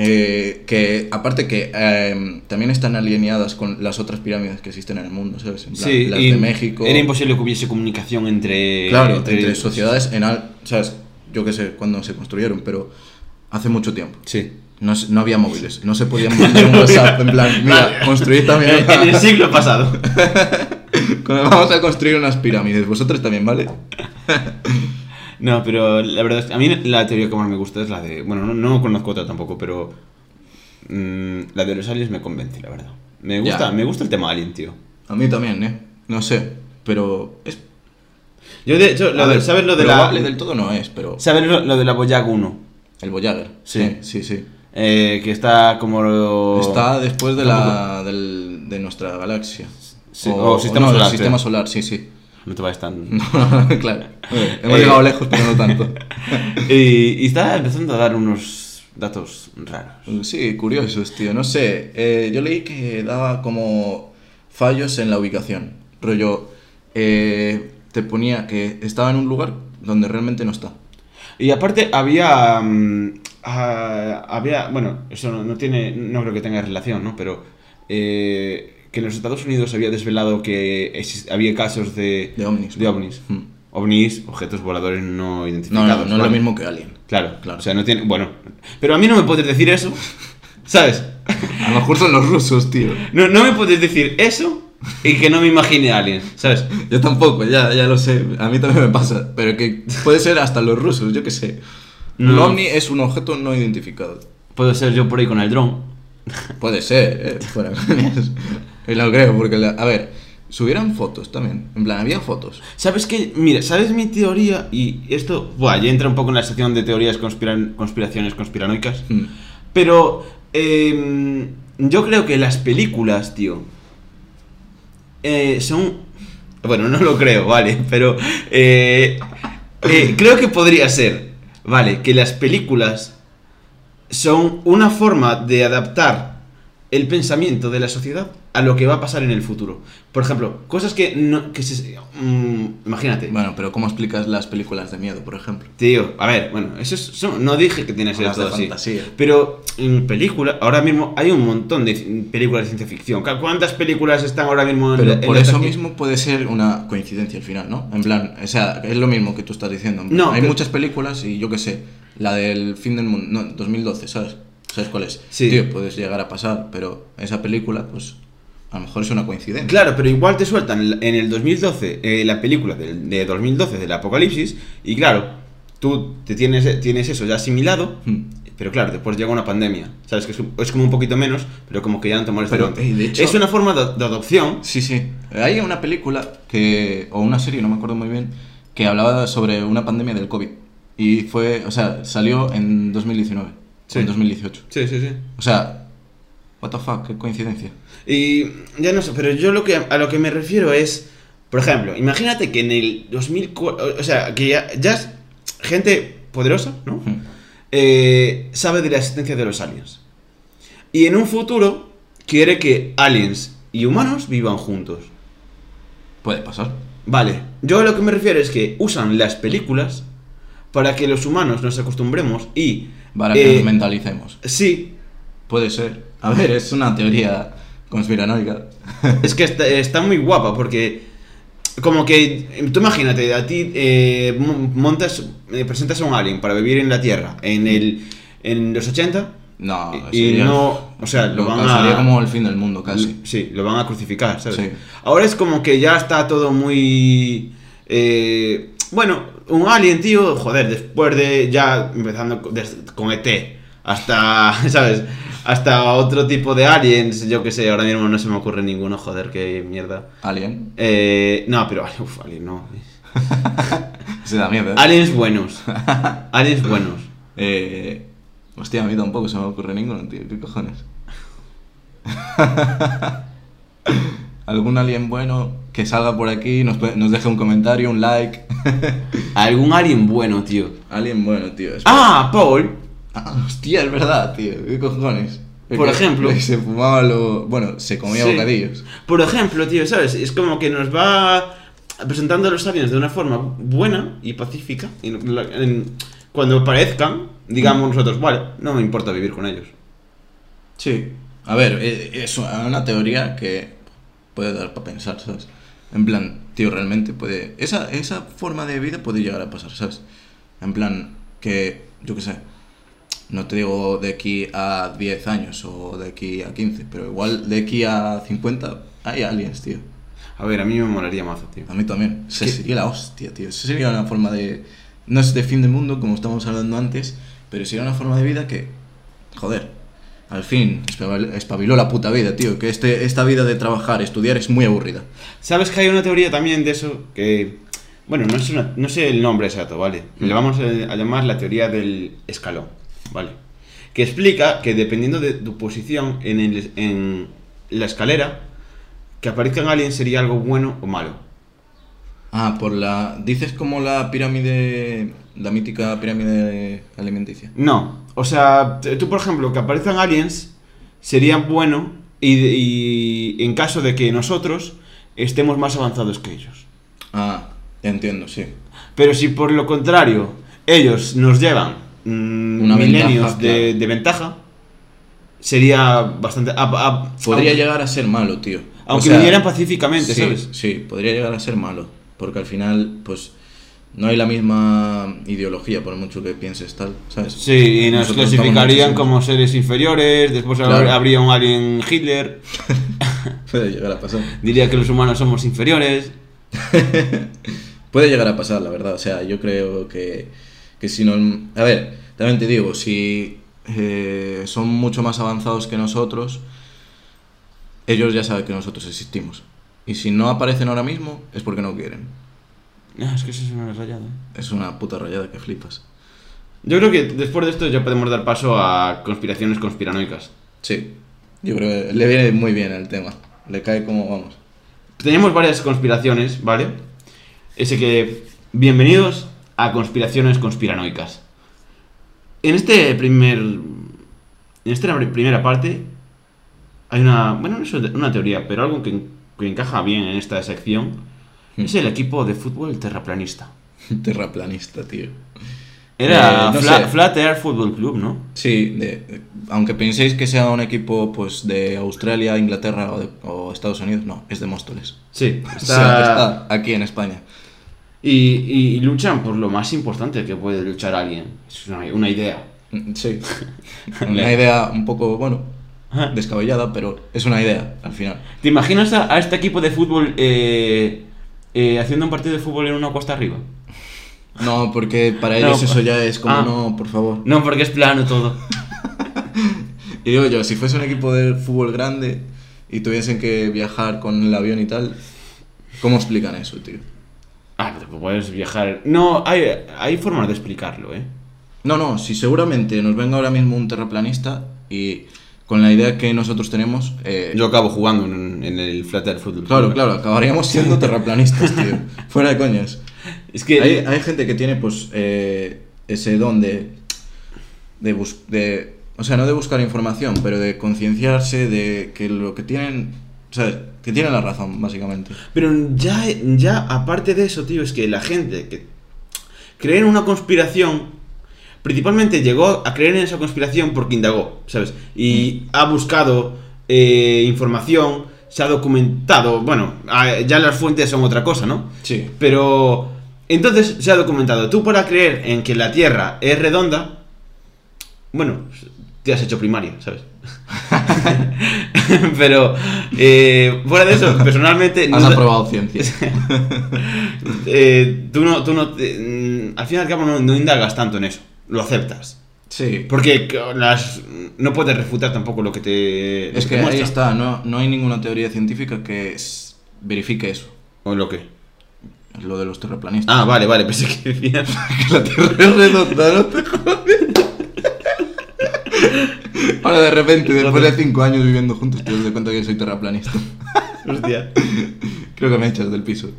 [SPEAKER 2] Eh, que aparte que eh, también están alineadas con las otras pirámides que existen en el mundo, ¿sabes? En plan, las
[SPEAKER 1] y
[SPEAKER 2] de México.
[SPEAKER 1] Era imposible que hubiese comunicación entre.
[SPEAKER 2] Claro, entre, sociedades en al, ¿sabes? Yo qué sé cuándo se construyeron, pero hace mucho tiempo.
[SPEAKER 1] Sí.
[SPEAKER 2] No, se- no había móviles, no se podían
[SPEAKER 1] *laughs*
[SPEAKER 2] mandar un WhatsApp en plan, mira, construí también.
[SPEAKER 1] en el
[SPEAKER 2] *laughs*
[SPEAKER 1] siglo pasado. *laughs*
[SPEAKER 2] Vamos a construir unas pirámides, vosotros también, ¿vale?
[SPEAKER 1] No, pero la verdad es que a mí la teoría que más me gusta es la de. Bueno, no, no conozco otra tampoco, pero. mm, la de los aliens me convence, la verdad. Me gusta,
[SPEAKER 2] Ya.
[SPEAKER 1] me gusta el tema alien, tío.
[SPEAKER 2] A mí también, ¿eh? No sé, pero... Es...
[SPEAKER 1] Yo, de hecho,
[SPEAKER 2] a
[SPEAKER 1] lo de-
[SPEAKER 2] ver,
[SPEAKER 1] ¿sabes lo de la.
[SPEAKER 2] probable del todo no es, pero...
[SPEAKER 1] ¿Sabes lo, lo de la Voyager 1?
[SPEAKER 2] El Voyager.
[SPEAKER 1] Sí.
[SPEAKER 2] sí, sí.
[SPEAKER 1] Eh, que está como. lo-
[SPEAKER 2] Está después de la del- de nuestra galaxia.
[SPEAKER 1] Sí, o sistema
[SPEAKER 2] no, del
[SPEAKER 1] solar,
[SPEAKER 2] sistema
[SPEAKER 1] sí.
[SPEAKER 2] solar, sí, sí. *laughs*
[SPEAKER 1] No te vayas tan.
[SPEAKER 2] claro.
[SPEAKER 1] eh,
[SPEAKER 2] Hemos llegado lejos,
[SPEAKER 1] *laughs*
[SPEAKER 2] pero no tanto.
[SPEAKER 1] y, y está empezando a dar unos datos raros.
[SPEAKER 2] Sí, curiosos, tío. No sé, eh, yo leí que daba como fallos en la ubicación. Rollo, eh, te ponía que estaba en un lugar donde realmente no está.
[SPEAKER 1] Y aparte había. mm, ah, había. Bueno, eso no, no tiene. No creo que tenga relación, ¿no? Pero. eh, que en los Estados Unidos había desvelado que exis- había casos de.
[SPEAKER 2] De ovnis.
[SPEAKER 1] De ovnis.
[SPEAKER 2] Mm.
[SPEAKER 1] Ovnis, objetos voladores no
[SPEAKER 2] No,
[SPEAKER 1] identificados.
[SPEAKER 2] no, no es lo
[SPEAKER 1] ¿vale?
[SPEAKER 2] mismo que Alien.
[SPEAKER 1] Claro,
[SPEAKER 2] Claro.
[SPEAKER 1] claro. O sea, no tiene. Bueno. Pero a mí no me puedes decir eso. ¿Sabes?
[SPEAKER 2] A lo mejor son los rusos, tío.
[SPEAKER 1] No, no me puedes decir eso y que no me imagine aliens, ¿sabes?
[SPEAKER 2] Yo tampoco, ya, ya lo sé. A mí también me pasa. Pero que puede ser hasta los rusos, yo qué sé.
[SPEAKER 1] No.
[SPEAKER 2] Un ovni es un objeto no identificado.
[SPEAKER 1] Puedo ser yo por ahí con el dron.
[SPEAKER 2] Puede ser, eh, fuera coñas. Y lo creo, porque, la- a ver, subieron fotos también. En plan, había fotos.
[SPEAKER 1] ¿Sabes qué? Mira, ¿sabes mi teoría? Y esto, buah, ya entra un poco en la sección de teorías conspiran- conspiraciones conspiranoicas.
[SPEAKER 2] Mm.
[SPEAKER 1] Pero em, yo creo que las películas, tío, eh, son... Bueno, no lo creo, vale, pero eh, eh, creo que podría ser, vale, que las películas son una forma de adaptar el pensamiento de la sociedad a lo que va a pasar en el futuro. Por ejemplo, cosas que no... Que se, mm, imagínate.
[SPEAKER 2] Bueno, pero ¿cómo explicas las películas de miedo, por ejemplo?
[SPEAKER 1] Tío, a ver, bueno, eso es- son- no dije que tiene que ser
[SPEAKER 2] Las de
[SPEAKER 1] todo así.
[SPEAKER 2] fantasía.
[SPEAKER 1] Pero en películas, ahora mismo hay un montón de ci- películas de ciencia ficción. Ca- ¿Cuántas películas están ahora mismo en la-
[SPEAKER 2] Pero
[SPEAKER 1] en
[SPEAKER 2] por
[SPEAKER 1] la
[SPEAKER 2] eso
[SPEAKER 1] taquilla?
[SPEAKER 2] mismo puede ser una coincidencia al final, ¿no? En plan, o sea, es lo mismo que tú estás diciendo. en plan,
[SPEAKER 1] No,
[SPEAKER 2] Hay
[SPEAKER 1] pero-
[SPEAKER 2] muchas películas y yo qué sé, la del fin del mundo, no, 2012, ¿sabes? ¿Sabes cuál es?
[SPEAKER 1] Sí.
[SPEAKER 2] Tío, puedes llegar a pasar, pero esa película, pues, a lo mejor es una coincidencia.
[SPEAKER 1] Claro, pero igual te sueltan la- en el 2012 eh, la película del- de 2012 del Apocalipsis. Y claro, tú te tienes, tienes eso ya asimilado.
[SPEAKER 2] Hmm.
[SPEAKER 1] Pero claro, después llega una pandemia. Sabes que es, un- es como un poquito menos, pero como que ya no te molesta
[SPEAKER 2] Pero,
[SPEAKER 1] tanto.
[SPEAKER 2] eh, de hecho-
[SPEAKER 1] es una forma de, de adopción.
[SPEAKER 2] Sí, sí. Hay una película que, o una serie, no me acuerdo muy bien, que hablaba sobre una pandemia del COVID. Y fue, o sea, salió en 2019,
[SPEAKER 1] Sí.
[SPEAKER 2] o en 2018.
[SPEAKER 1] Sí, sí, sí.
[SPEAKER 2] O sea, what the fuck, qué coincidencia.
[SPEAKER 1] Y ya no sé, pero yo lo que a lo que me refiero es, por ejemplo, imagínate que en el 2000, cu- o sea, que ya, ya es gente poderosa, ¿no?
[SPEAKER 2] Hmm.
[SPEAKER 1] Eh, sabe de la existencia de los aliens. Y en un futuro quiere que aliens y humanos vivan juntos.
[SPEAKER 2] Puede pasar.
[SPEAKER 1] Vale, yo a lo que me refiero es que usan las películas para que los humanos nos acostumbremos y...
[SPEAKER 2] Para que
[SPEAKER 1] eh,
[SPEAKER 2] nos mentalicemos.
[SPEAKER 1] Sí,
[SPEAKER 2] Puede ser. A ver, es una teoría conspiranoica.
[SPEAKER 1] Es que está, está muy guapa porque como que tú imagínate a ti eh, mon- montas eh, presentas a un alien para vivir en la Tierra
[SPEAKER 2] Mm.
[SPEAKER 1] en el en los 80
[SPEAKER 2] No,
[SPEAKER 1] y,
[SPEAKER 2] sería-
[SPEAKER 1] no o sea lo van
[SPEAKER 2] Sería
[SPEAKER 1] a
[SPEAKER 2] como el fin del mundo casi.
[SPEAKER 1] sí lo van a crucificar ¿sabes?
[SPEAKER 2] Sí.
[SPEAKER 1] ahora es como que ya está todo muy eh, bueno un alien tío joder después de ya empezando con- des- con ET hasta *laughs* sabes hasta otro tipo de aliens yo que sé ahora mismo no se me ocurre ninguno joder qué mierda
[SPEAKER 2] Alien. *laughs*
[SPEAKER 1] eh, no, pero *laughs* vale, uf, alien, no.
[SPEAKER 2] Se da miedo. ¿eh?
[SPEAKER 1] Aliens buenos. Aliens buenos.
[SPEAKER 2] Eh, hostia, a mí tampoco se me ocurre ninguno, tío. ¿Qué cojones? *laughs* ¿Algún alien bueno que salga por aquí, nos, puede- nos deje un comentario, un like?
[SPEAKER 1] Algún alien bueno, tío.
[SPEAKER 2] alien bueno, tío. es-
[SPEAKER 1] Ah, Paul.
[SPEAKER 2] Ah, *laughs* hostia, es verdad, tío. ¿Qué cojones?
[SPEAKER 1] Por
[SPEAKER 2] Que-
[SPEAKER 1] ejemplo.
[SPEAKER 2] que *laughs* se fumaba lo... Bueno, se comía
[SPEAKER 1] Sí.
[SPEAKER 2] bocadillos.
[SPEAKER 1] Por ejemplo, tío, ¿sabes? Es como que nos va presentando a los aliens de una forma buena y pacífica. y la- en- cuando aparezcan, digamos nosotros, vale, no me importa vivir con ellos.
[SPEAKER 2] Sí. A ver, eh, es una teoría que puede dar para pensar, ¿sabes? En plan, tío, realmente puede... Esa, esa forma de vida puede llegar a pasar, ¿sabes? En plan, que, yo qué sé, no te digo de aquí a 10 años o de aquí a 15, pero igual de aquí a 50 hay aliens, tío.
[SPEAKER 1] A ver, a mí me molaría mazo, tío.
[SPEAKER 2] A mí también. O sea,
[SPEAKER 1] ¿Qué?
[SPEAKER 2] sería la hostia, tío. Eso sería una forma de... No es de fin del mundo, como estábamos hablando antes, pero sería una forma de vida que... Joder. Al fin, espabil- espabiló la puta vida, tío. Que este, esta vida de trabajar, estudiar es muy aburrida.
[SPEAKER 1] ¿Sabes que hay una teoría también de eso? Que, bueno, no, es una- no sé el nombre exacto, ¿vale? Le vamos a, a llamar la teoría del escalón, ¿vale? Que explica que dependiendo de tu posición en, el- en la escalera, que aparezcan aliens sería algo bueno o malo.
[SPEAKER 2] Ah, por la... Dices como la pirámide... La mítica pirámide alimenticia.
[SPEAKER 1] No, o sea, t- tú por ejemplo, que aparezcan aliens sería bueno y, de- y en caso de que nosotros estemos más avanzados que ellos.
[SPEAKER 2] Ah, entiendo, sí.
[SPEAKER 1] Pero si por lo contrario ellos nos llevan mm,
[SPEAKER 2] Una
[SPEAKER 1] milenios
[SPEAKER 2] ventaja,
[SPEAKER 1] de,
[SPEAKER 2] claro.
[SPEAKER 1] de ventaja, sería bastante... ah, ah,
[SPEAKER 2] Podría
[SPEAKER 1] aunque-
[SPEAKER 2] llegar a ser malo, tío. O
[SPEAKER 1] Aunque
[SPEAKER 2] sea,
[SPEAKER 1] vinieran pacíficamente,
[SPEAKER 2] sí,
[SPEAKER 1] ¿sabes?
[SPEAKER 2] Sí, podría llegar a ser malo, porque al final, pues, no hay la misma ideología, por mucho que pienses tal, ¿sabes?
[SPEAKER 1] Sí, y nos
[SPEAKER 2] Nosotros
[SPEAKER 1] clasificarían
[SPEAKER 2] estamos muchísimo-
[SPEAKER 1] como seres inferiores, después hab-
[SPEAKER 2] Claro.
[SPEAKER 1] habría un alien Hitler,
[SPEAKER 2] *laughs* Puede llegar a pasar.
[SPEAKER 1] diría que los humanos somos inferiores.
[SPEAKER 2] Puede llegar a pasar, la verdad, o sea, yo creo que, que si no... A ver, también te digo, si eh, son mucho más avanzados que nosotros, ellos ya saben que nosotros existimos. Y si no aparecen ahora mismo, es porque no quieren.
[SPEAKER 1] Ah, es que eso es una rayada.
[SPEAKER 2] Es una puta rayada que flipas.
[SPEAKER 1] Yo creo que después de esto ya podemos dar paso a conspiraciones conspiranoicas.
[SPEAKER 2] Sí, yo creo que le viene muy bien el tema. Le cae como vamos.
[SPEAKER 1] Tenemos varias conspiraciones, ¿vale? Ese que, bienvenidos a conspiraciones conspiranoicas. En este primer... En esta pri- primera parte hay una... Bueno, no es una teoría, pero algo que, en- que encaja bien en esta sección es
[SPEAKER 2] *laughs*
[SPEAKER 1] el equipo de fútbol terraplanista.
[SPEAKER 2] Terraplanista, tío.
[SPEAKER 1] Era
[SPEAKER 2] Eh, no
[SPEAKER 1] Fla-
[SPEAKER 2] sé.
[SPEAKER 1] Flat Air Football Club, ¿no?
[SPEAKER 2] Sí, de- de- aunque penséis que sea un equipo pues de Australia, Inglaterra o, de- o Estados Unidos, no, es de Móstoles.
[SPEAKER 1] Sí,
[SPEAKER 2] O sea, está aquí en España.
[SPEAKER 1] Y, y- y luchan por lo más importante que puede luchar alguien. Es una, una idea.
[SPEAKER 2] Mm,
[SPEAKER 1] *laughs*
[SPEAKER 2] Sí. una idea un poco, bueno,
[SPEAKER 1] Ajá.
[SPEAKER 2] descabellada, pero es una idea al final.
[SPEAKER 1] ¿Te imaginas a, a este equipo de fútbol eh, eh, haciendo un partido de fútbol en una cuesta arriba?
[SPEAKER 2] No, porque para
[SPEAKER 1] No,
[SPEAKER 2] ellos
[SPEAKER 1] pa-
[SPEAKER 2] eso ya es como,
[SPEAKER 1] Ah.
[SPEAKER 2] no, por favor.
[SPEAKER 1] No, porque es plano *laughs* todo.
[SPEAKER 2] Y digo yo, si fuese un equipo de fútbol grande y tuviesen que viajar con el avión y tal, ¿cómo explican eso, tío?
[SPEAKER 1] Ah, pero puedes viajar. No, hay, hay formas de explicarlo, ¿eh?
[SPEAKER 2] No, no, si seguramente nos venga ahora mismo un terraplanista y con la idea que nosotros tenemos... eh,
[SPEAKER 1] Yo acabo jugando en, en el flat del fútbol.
[SPEAKER 2] Claro, claro,
[SPEAKER 1] *laughs*
[SPEAKER 2] acabaríamos siendo terraplanistas, tío. Fuera de coñas.
[SPEAKER 1] Es que.
[SPEAKER 2] Hay, hay gente que tiene, pues, eh, ese don de, de, bus- de o sea, no de buscar información, pero de concienciarse de que lo que tienen, ¿sabes? Que tienen la razón, básicamente.
[SPEAKER 1] Pero ya, ya, aparte de eso, tío, es que la gente que cree en una conspiración, principalmente llegó a creer en esa conspiración porque indagó, ¿sabes? Y ha buscado eh, información, se ha documentado, bueno, a- ya las fuentes son otra cosa, ¿no?
[SPEAKER 2] Sí.
[SPEAKER 1] Pero entonces se ha documentado. Tú para creer en que la Tierra es redonda, bueno, te has hecho primaria, ¿sabes? *laughs* Pero eh, fuera de eso, personalmente
[SPEAKER 2] Has
[SPEAKER 1] no-
[SPEAKER 2] aprobado *laughs* ciencias.
[SPEAKER 1] eh, tú no, tú no te- mm, al fin y al cabo no, no indagas tanto en eso, lo aceptas.
[SPEAKER 2] Sí.
[SPEAKER 1] Porque c- las no puedes refutar tampoco lo que te lo
[SPEAKER 2] Es
[SPEAKER 1] te
[SPEAKER 2] que ahí
[SPEAKER 1] muestra.
[SPEAKER 2] está, no, no hay ninguna teoría científica que s- verifique eso.
[SPEAKER 1] o lo que.
[SPEAKER 2] Lo de los terraplanistas. *laughs*
[SPEAKER 1] Ah, vale, vale, pensé que *laughs* decías
[SPEAKER 2] La Tierra es redonda, *laughs* no te jodes. Ahora de repente, después de cinco años viviendo juntos, te das de cuenta que soy terraplanista.
[SPEAKER 1] Hostia.
[SPEAKER 2] Creo que me echas del piso.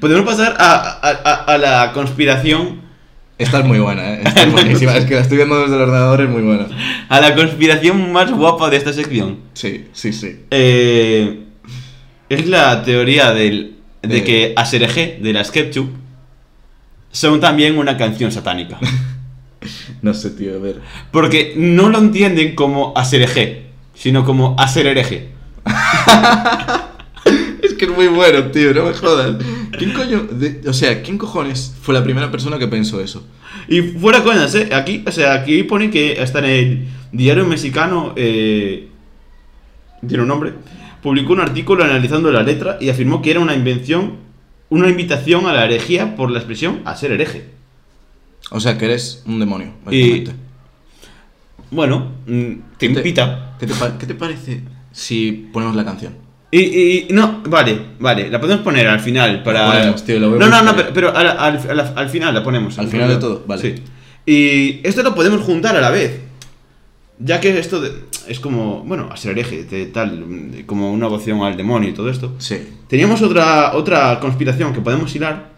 [SPEAKER 1] Podemos pasar a, a- a- a la conspiración.
[SPEAKER 2] Esta es muy buena, ¿eh? *laughs* Esta es buenísima. es que la estoy viendo desde el ordenador, es muy buena.
[SPEAKER 1] A la conspiración más guapa de esta sección.
[SPEAKER 2] Sí, sí, sí.
[SPEAKER 1] Eh, es la teoría del, de
[SPEAKER 2] Eh.
[SPEAKER 1] que Aserejé de las Ketchup son también una canción satánica.
[SPEAKER 2] No sé, tío, a ver.
[SPEAKER 1] Porque no lo entienden como Aserejé, sino como Aserereje.
[SPEAKER 2] Es que es muy bueno, tío, no me jodas. ¿Quién coño.? de- o sea, ¿quién cojones fue la primera persona que pensó eso?
[SPEAKER 1] Y fuera coñas, ¿eh? Aquí, o sea, aquí pone que hasta en el diario mexicano, eh, tiene un nombre, publicó un artículo analizando la letra y afirmó que era una invención, una invitación a la herejía por la expresión a ser hereje.
[SPEAKER 2] O sea, que eres un demonio,
[SPEAKER 1] Y-
[SPEAKER 2] básicamente.
[SPEAKER 1] Bueno, mm, te
[SPEAKER 2] ¿Qué te-
[SPEAKER 1] invita.
[SPEAKER 2] ¿Qué te, pa- qué te parece si ponemos la canción?
[SPEAKER 1] Y, y- y- no, vale, vale, la podemos poner al final para...
[SPEAKER 2] La ponemos, tío, lo veo
[SPEAKER 1] no,
[SPEAKER 2] muy
[SPEAKER 1] no, no, pero,
[SPEAKER 2] genial.
[SPEAKER 1] pero al, al- al- al final la ponemos.
[SPEAKER 2] Al final de todo, vale.
[SPEAKER 1] Sí. Y esto lo podemos juntar a la vez. Ya que esto de- es como, bueno, a ser hereje, de tal, mm, como una voción al demonio y todo esto.
[SPEAKER 2] Sí.
[SPEAKER 1] Teníamos otra, otra conspiración que podemos
[SPEAKER 2] *laughs*
[SPEAKER 1] hilar.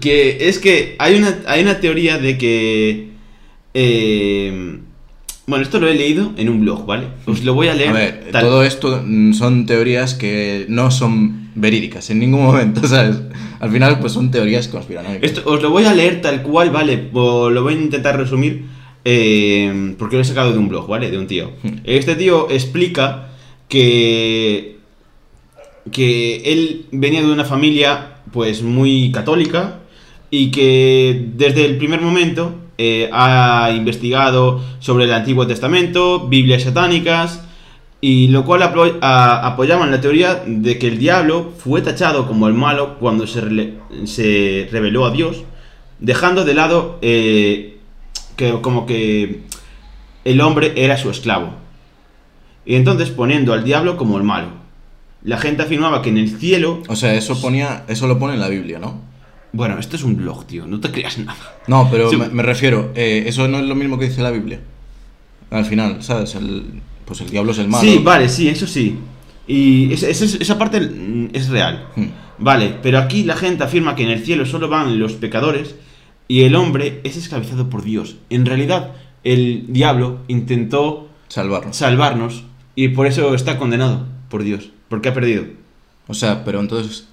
[SPEAKER 1] Que es que hay una, hay una teoría de que... eh, bueno, esto lo he leído en un blog, ¿vale? Os lo voy a leer.
[SPEAKER 2] A ver,
[SPEAKER 1] tal-
[SPEAKER 2] todo esto mm, son teorías que no son verídicas en ningún *laughs* momento, ¿sabes? Al final, pues son teorías conspiranoicas.
[SPEAKER 1] Esto os lo voy a leer tal cual, ¿vale? O lo voy a intentar resumir eh, porque lo he sacado de un blog, ¿vale? De un tío. Este tío explica que, que él venía de una familia pues muy católica y que desde el primer momento eh, ha investigado sobre el Antiguo Testamento, Biblias satánicas, y lo cual apro- a- apoyaban la teoría de que el diablo fue tachado como el malo cuando se, rele- se reveló a Dios, dejando de lado eh, que como que el hombre era su esclavo. Y entonces poniendo al diablo como el malo. La gente afirmaba que en el cielo...
[SPEAKER 2] O sea, eso ponía, eso lo pone en la Biblia, ¿no?
[SPEAKER 1] Bueno, esto es un blog, tío, no te creas nada.
[SPEAKER 2] No, pero
[SPEAKER 1] Sí.
[SPEAKER 2] me, me refiero, eh, eso no es lo mismo que dice la Biblia. Al final, ¿sabes? El- pues el diablo es el malo.
[SPEAKER 1] Sí, vale, sí, eso sí. Y esa- esa- esa parte mm, es real.
[SPEAKER 2] Hmm.
[SPEAKER 1] Vale, pero aquí la gente afirma que en el cielo solo van los pecadores y el hombre es esclavizado por Dios. En realidad, el diablo intentó
[SPEAKER 2] Salvarlo.
[SPEAKER 1] salvarnos y por eso está condenado por Dios, porque ha perdido.
[SPEAKER 2] O sea, pero entonces,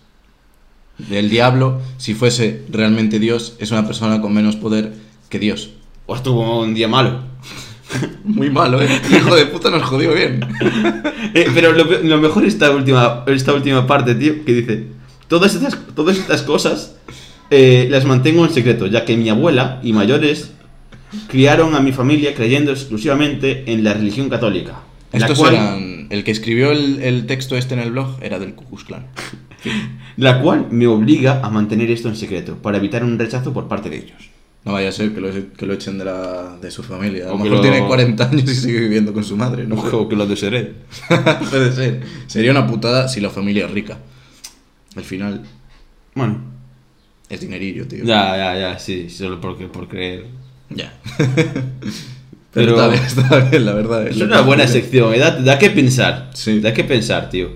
[SPEAKER 2] el diablo, si fuese realmente Dios, es una persona con menos poder que Dios.
[SPEAKER 1] O estuvo un día malo.
[SPEAKER 2] Muy malo, *laughs* ¿eh? Hijo de puta nos jodió bien.
[SPEAKER 1] Eh, pero lo, pe- lo mejor es esta última, esta última parte, tío, que dice, todas estas, todas estas cosas eh, las mantengo en secreto, ya que mi abuela y mayores criaron a mi familia creyendo exclusivamente en la religión católica. la
[SPEAKER 2] Estos
[SPEAKER 1] cual-
[SPEAKER 2] eran. El que escribió el, el texto este en el blog era del Ku Klux Klan.
[SPEAKER 1] la cual me obliga a mantener esto en secreto para evitar un rechazo por parte de ellos.
[SPEAKER 2] No vaya a ser que lo, que lo echen de, la, de su familia. A
[SPEAKER 1] O
[SPEAKER 2] lo
[SPEAKER 1] que
[SPEAKER 2] mejor
[SPEAKER 1] lo-
[SPEAKER 2] tiene 40 años y sigue viviendo con su madre. No
[SPEAKER 1] que lo desearé.
[SPEAKER 2] *laughs* puede ser. Sería una putada si la familia es rica. Al final
[SPEAKER 1] Bueno,
[SPEAKER 2] es dinerillo, tío.
[SPEAKER 1] ya, ya, ya, sí, solo porque, por creer.
[SPEAKER 2] Ya. *laughs*
[SPEAKER 1] Pero-
[SPEAKER 2] Pero, está bien, está bien, la verdad.
[SPEAKER 1] Es una buena sección, eh, da, da que pensar.
[SPEAKER 2] Sí.
[SPEAKER 1] Da que pensar, tío.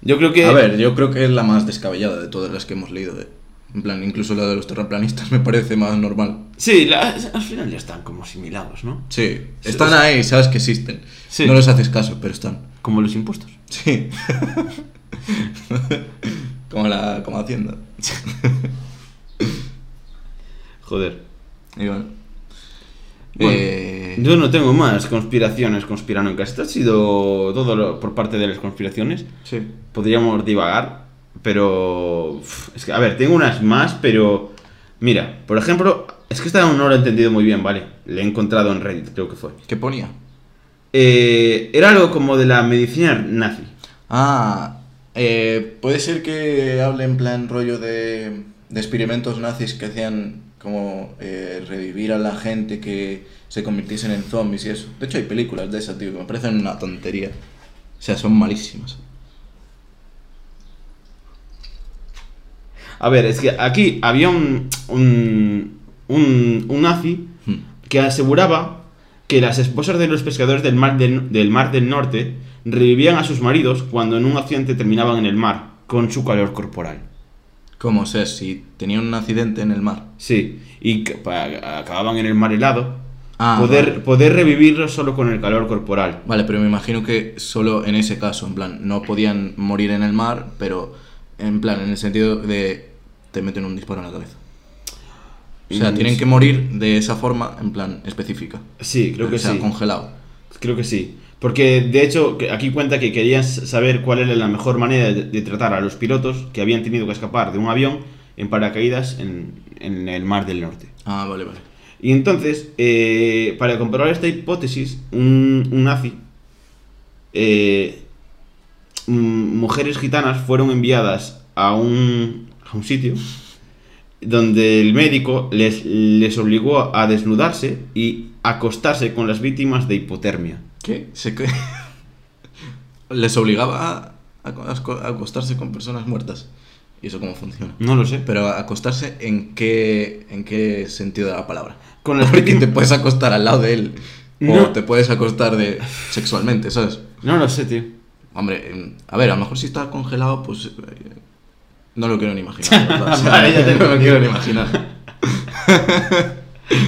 [SPEAKER 1] Yo creo que...
[SPEAKER 2] A ver, yo creo que es la más descabellada de todas las que hemos leído. eh. En plan, incluso la de los terraplanistas *laughs* me parece más normal.
[SPEAKER 1] Sí, la- al final ya están como similados, ¿no?
[SPEAKER 2] Sí,
[SPEAKER 1] Sí, o
[SPEAKER 2] están
[SPEAKER 1] sea-
[SPEAKER 2] ahí, sabes que existen.
[SPEAKER 1] Sí.
[SPEAKER 2] No les haces caso, pero están.
[SPEAKER 1] Como los impuestos.
[SPEAKER 2] Sí. *laughs* como la como Hacienda.
[SPEAKER 1] Joder.
[SPEAKER 2] Y bueno.
[SPEAKER 1] Bueno,
[SPEAKER 2] Eh,
[SPEAKER 1] Yo no tengo más conspiraciones conspiranoicas. Esto ha sido todo lo- por parte de las conspiraciones.
[SPEAKER 2] Sí.
[SPEAKER 1] Podríamos divagar, pero... uf, Es que, a ver, tengo unas más, pero... Mira, por ejemplo, es que esta no lo he entendido muy bien, ¿vale? Le he encontrado en Reddit, creo que fue.
[SPEAKER 2] ¿Qué ponía?
[SPEAKER 1] Eh, era algo como de la medicina nazi.
[SPEAKER 2] Ah, eh, puede ser que hable en plan rollo de, de experimentos nazis que hacían como eh, revivir a la gente que se convirtiesen en zombies y eso. De hecho, hay películas de esas, tío, que me parecen una tontería. O sea, son malísimas.
[SPEAKER 1] A ver, es que aquí había un, un, un, un nazi
[SPEAKER 2] Hmm.
[SPEAKER 1] que aseguraba que las esposas de los pescadores del mar del, del mar del Norte revivían a sus maridos cuando en un accidente terminaban en el mar, con su calor corporal.
[SPEAKER 2] ¿Cómo? O sea, si tenían un accidente en el mar.
[SPEAKER 1] Sí, y que pa- acababan en el mar helado.
[SPEAKER 2] Ah,
[SPEAKER 1] poder,
[SPEAKER 2] vale.
[SPEAKER 1] poder revivirlos solo con el calor corporal.
[SPEAKER 2] Vale, pero me imagino que solo en ese caso, en plan, no podían morir en el mar, pero en plan, en el sentido de te meten un disparo en la cabeza. O sea,
[SPEAKER 1] Mm,
[SPEAKER 2] tienen
[SPEAKER 1] sí.
[SPEAKER 2] que morir de esa forma, en plan, específica.
[SPEAKER 1] Sí, creo que
[SPEAKER 2] o sea,
[SPEAKER 1] sí.
[SPEAKER 2] congelado.
[SPEAKER 1] Creo que sí. Porque de hecho que aquí cuenta que querían saber cuál era la mejor manera de, de tratar a los pilotos que habían tenido que escapar de un avión en paracaídas en, en el Mar del Norte.
[SPEAKER 2] Ah, vale, vale.
[SPEAKER 1] Y entonces, eh, para comprobar esta hipótesis, un, un nazi, eh, mm, mujeres gitanas fueron enviadas a un, a un sitio donde el médico les, les obligó a desnudarse y acostarse con las víctimas de hipotermia.
[SPEAKER 2] ¿Qué? Se que- *laughs* Les obligaba a, a co- a co- a acostarse con personas muertas. ¿Y eso cómo funciona?
[SPEAKER 1] No lo sé. Pero
[SPEAKER 2] Pero acostarse en qué, en qué sentido de la palabra.
[SPEAKER 1] con las
[SPEAKER 2] *laughs* Porque te
[SPEAKER 1] víctimas.
[SPEAKER 2] puedes acostar al lado de él. O
[SPEAKER 1] No.
[SPEAKER 2] te puedes acostar de sexualmente, ¿sabes?
[SPEAKER 1] No lo sé, tío.
[SPEAKER 2] Hombre, em, a ver, a lo mejor si está congelado, pues. eh, No lo quiero ni imaginar. la
[SPEAKER 1] *laughs*
[SPEAKER 2] verdad. O sea,
[SPEAKER 1] Vale, ya te
[SPEAKER 2] *laughs* no lo
[SPEAKER 1] entendí.
[SPEAKER 2] quiero ni imaginar.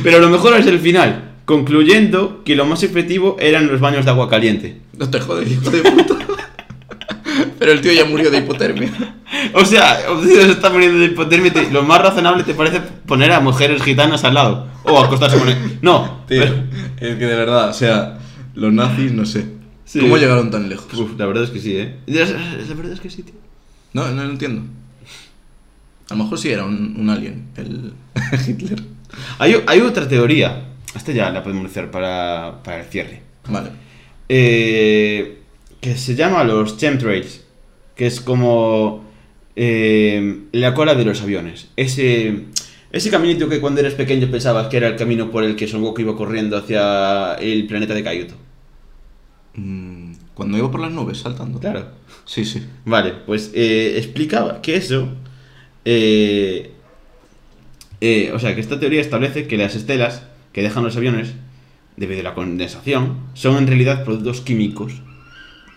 [SPEAKER 1] Pero lo mejor es el final, concluyendo que lo más efectivo eran los baños de agua caliente.
[SPEAKER 2] No te jodes, hijo de puta. *laughs* Pero el tío ya murió de hipotermia.
[SPEAKER 1] O sea, *laughs* se está poniendo de hipotermia. te- Lo más razonable te parece poner a mujeres gitanas al lado. O acostarse con él. No.
[SPEAKER 2] Tío,
[SPEAKER 1] pero-
[SPEAKER 2] es que de verdad, o sea, los nazis, no sé.
[SPEAKER 1] Sí.
[SPEAKER 2] ¿Cómo llegaron tan lejos?
[SPEAKER 1] Uf, la verdad es que sí, ¿eh? La la verdad es que sí, tío.
[SPEAKER 2] No, no lo entiendo. A lo mejor sí era un, un alien, el *laughs* Hitler.
[SPEAKER 1] Hay, hay otra teoría. Esta ya la podemos hacer para, para el cierre.
[SPEAKER 2] Vale.
[SPEAKER 1] Eh, que se llama los chemtrails. Que es como eh, la cola de los aviones. Ese, ese caminito que cuando eres pequeño pensabas que era el camino por el que Son Goku iba corriendo hacia el planeta de Kaiuto.
[SPEAKER 2] Mm, Cuando iba por las nubes saltando.
[SPEAKER 1] Claro.
[SPEAKER 2] Sí, sí.
[SPEAKER 1] Vale, pues eh, explicaba que eso. eh, eh, o sea, que esta teoría establece que las estelas que dejan los aviones, debido a la condensación, son en realidad productos químicos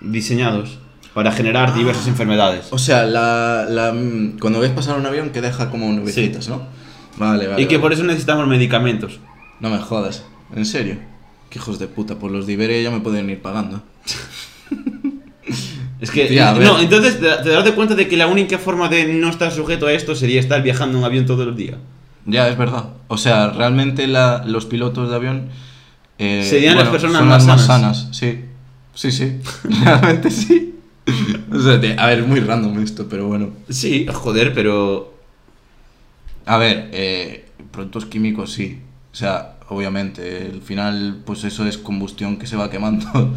[SPEAKER 1] diseñados para generar diversas enfermedades.
[SPEAKER 2] Ah. O sea, la, la, mm, cuando ves pasar un avión que deja como nubecitas, ¿no? Vale, vale.
[SPEAKER 1] y que
[SPEAKER 2] vale.
[SPEAKER 1] por eso necesitamos medicamentos.
[SPEAKER 2] No me jodas, en serio. Qué hijos de puta, por los de Iberia ya me pueden ir pagando.
[SPEAKER 1] Es que.
[SPEAKER 2] Tía, a ver.
[SPEAKER 1] no, entonces te, te das de cuenta de que la única forma de no estar sujeto a esto sería estar viajando en avión todos los días.
[SPEAKER 2] Ya, es verdad. O sea, realmente la, los pilotos de avión... eh,
[SPEAKER 1] Serían las personas
[SPEAKER 2] son
[SPEAKER 1] más
[SPEAKER 2] las
[SPEAKER 1] sanas.
[SPEAKER 2] Sí, sí, sí. *laughs* Realmente sí. *laughs* O sea, te- a ver, muy random esto, pero bueno.
[SPEAKER 1] Sí, joder, pero.
[SPEAKER 2] A ver, eh, productos químicos sí. O sea, obviamente, el final, pues eso es combustión que se va quemando. *laughs*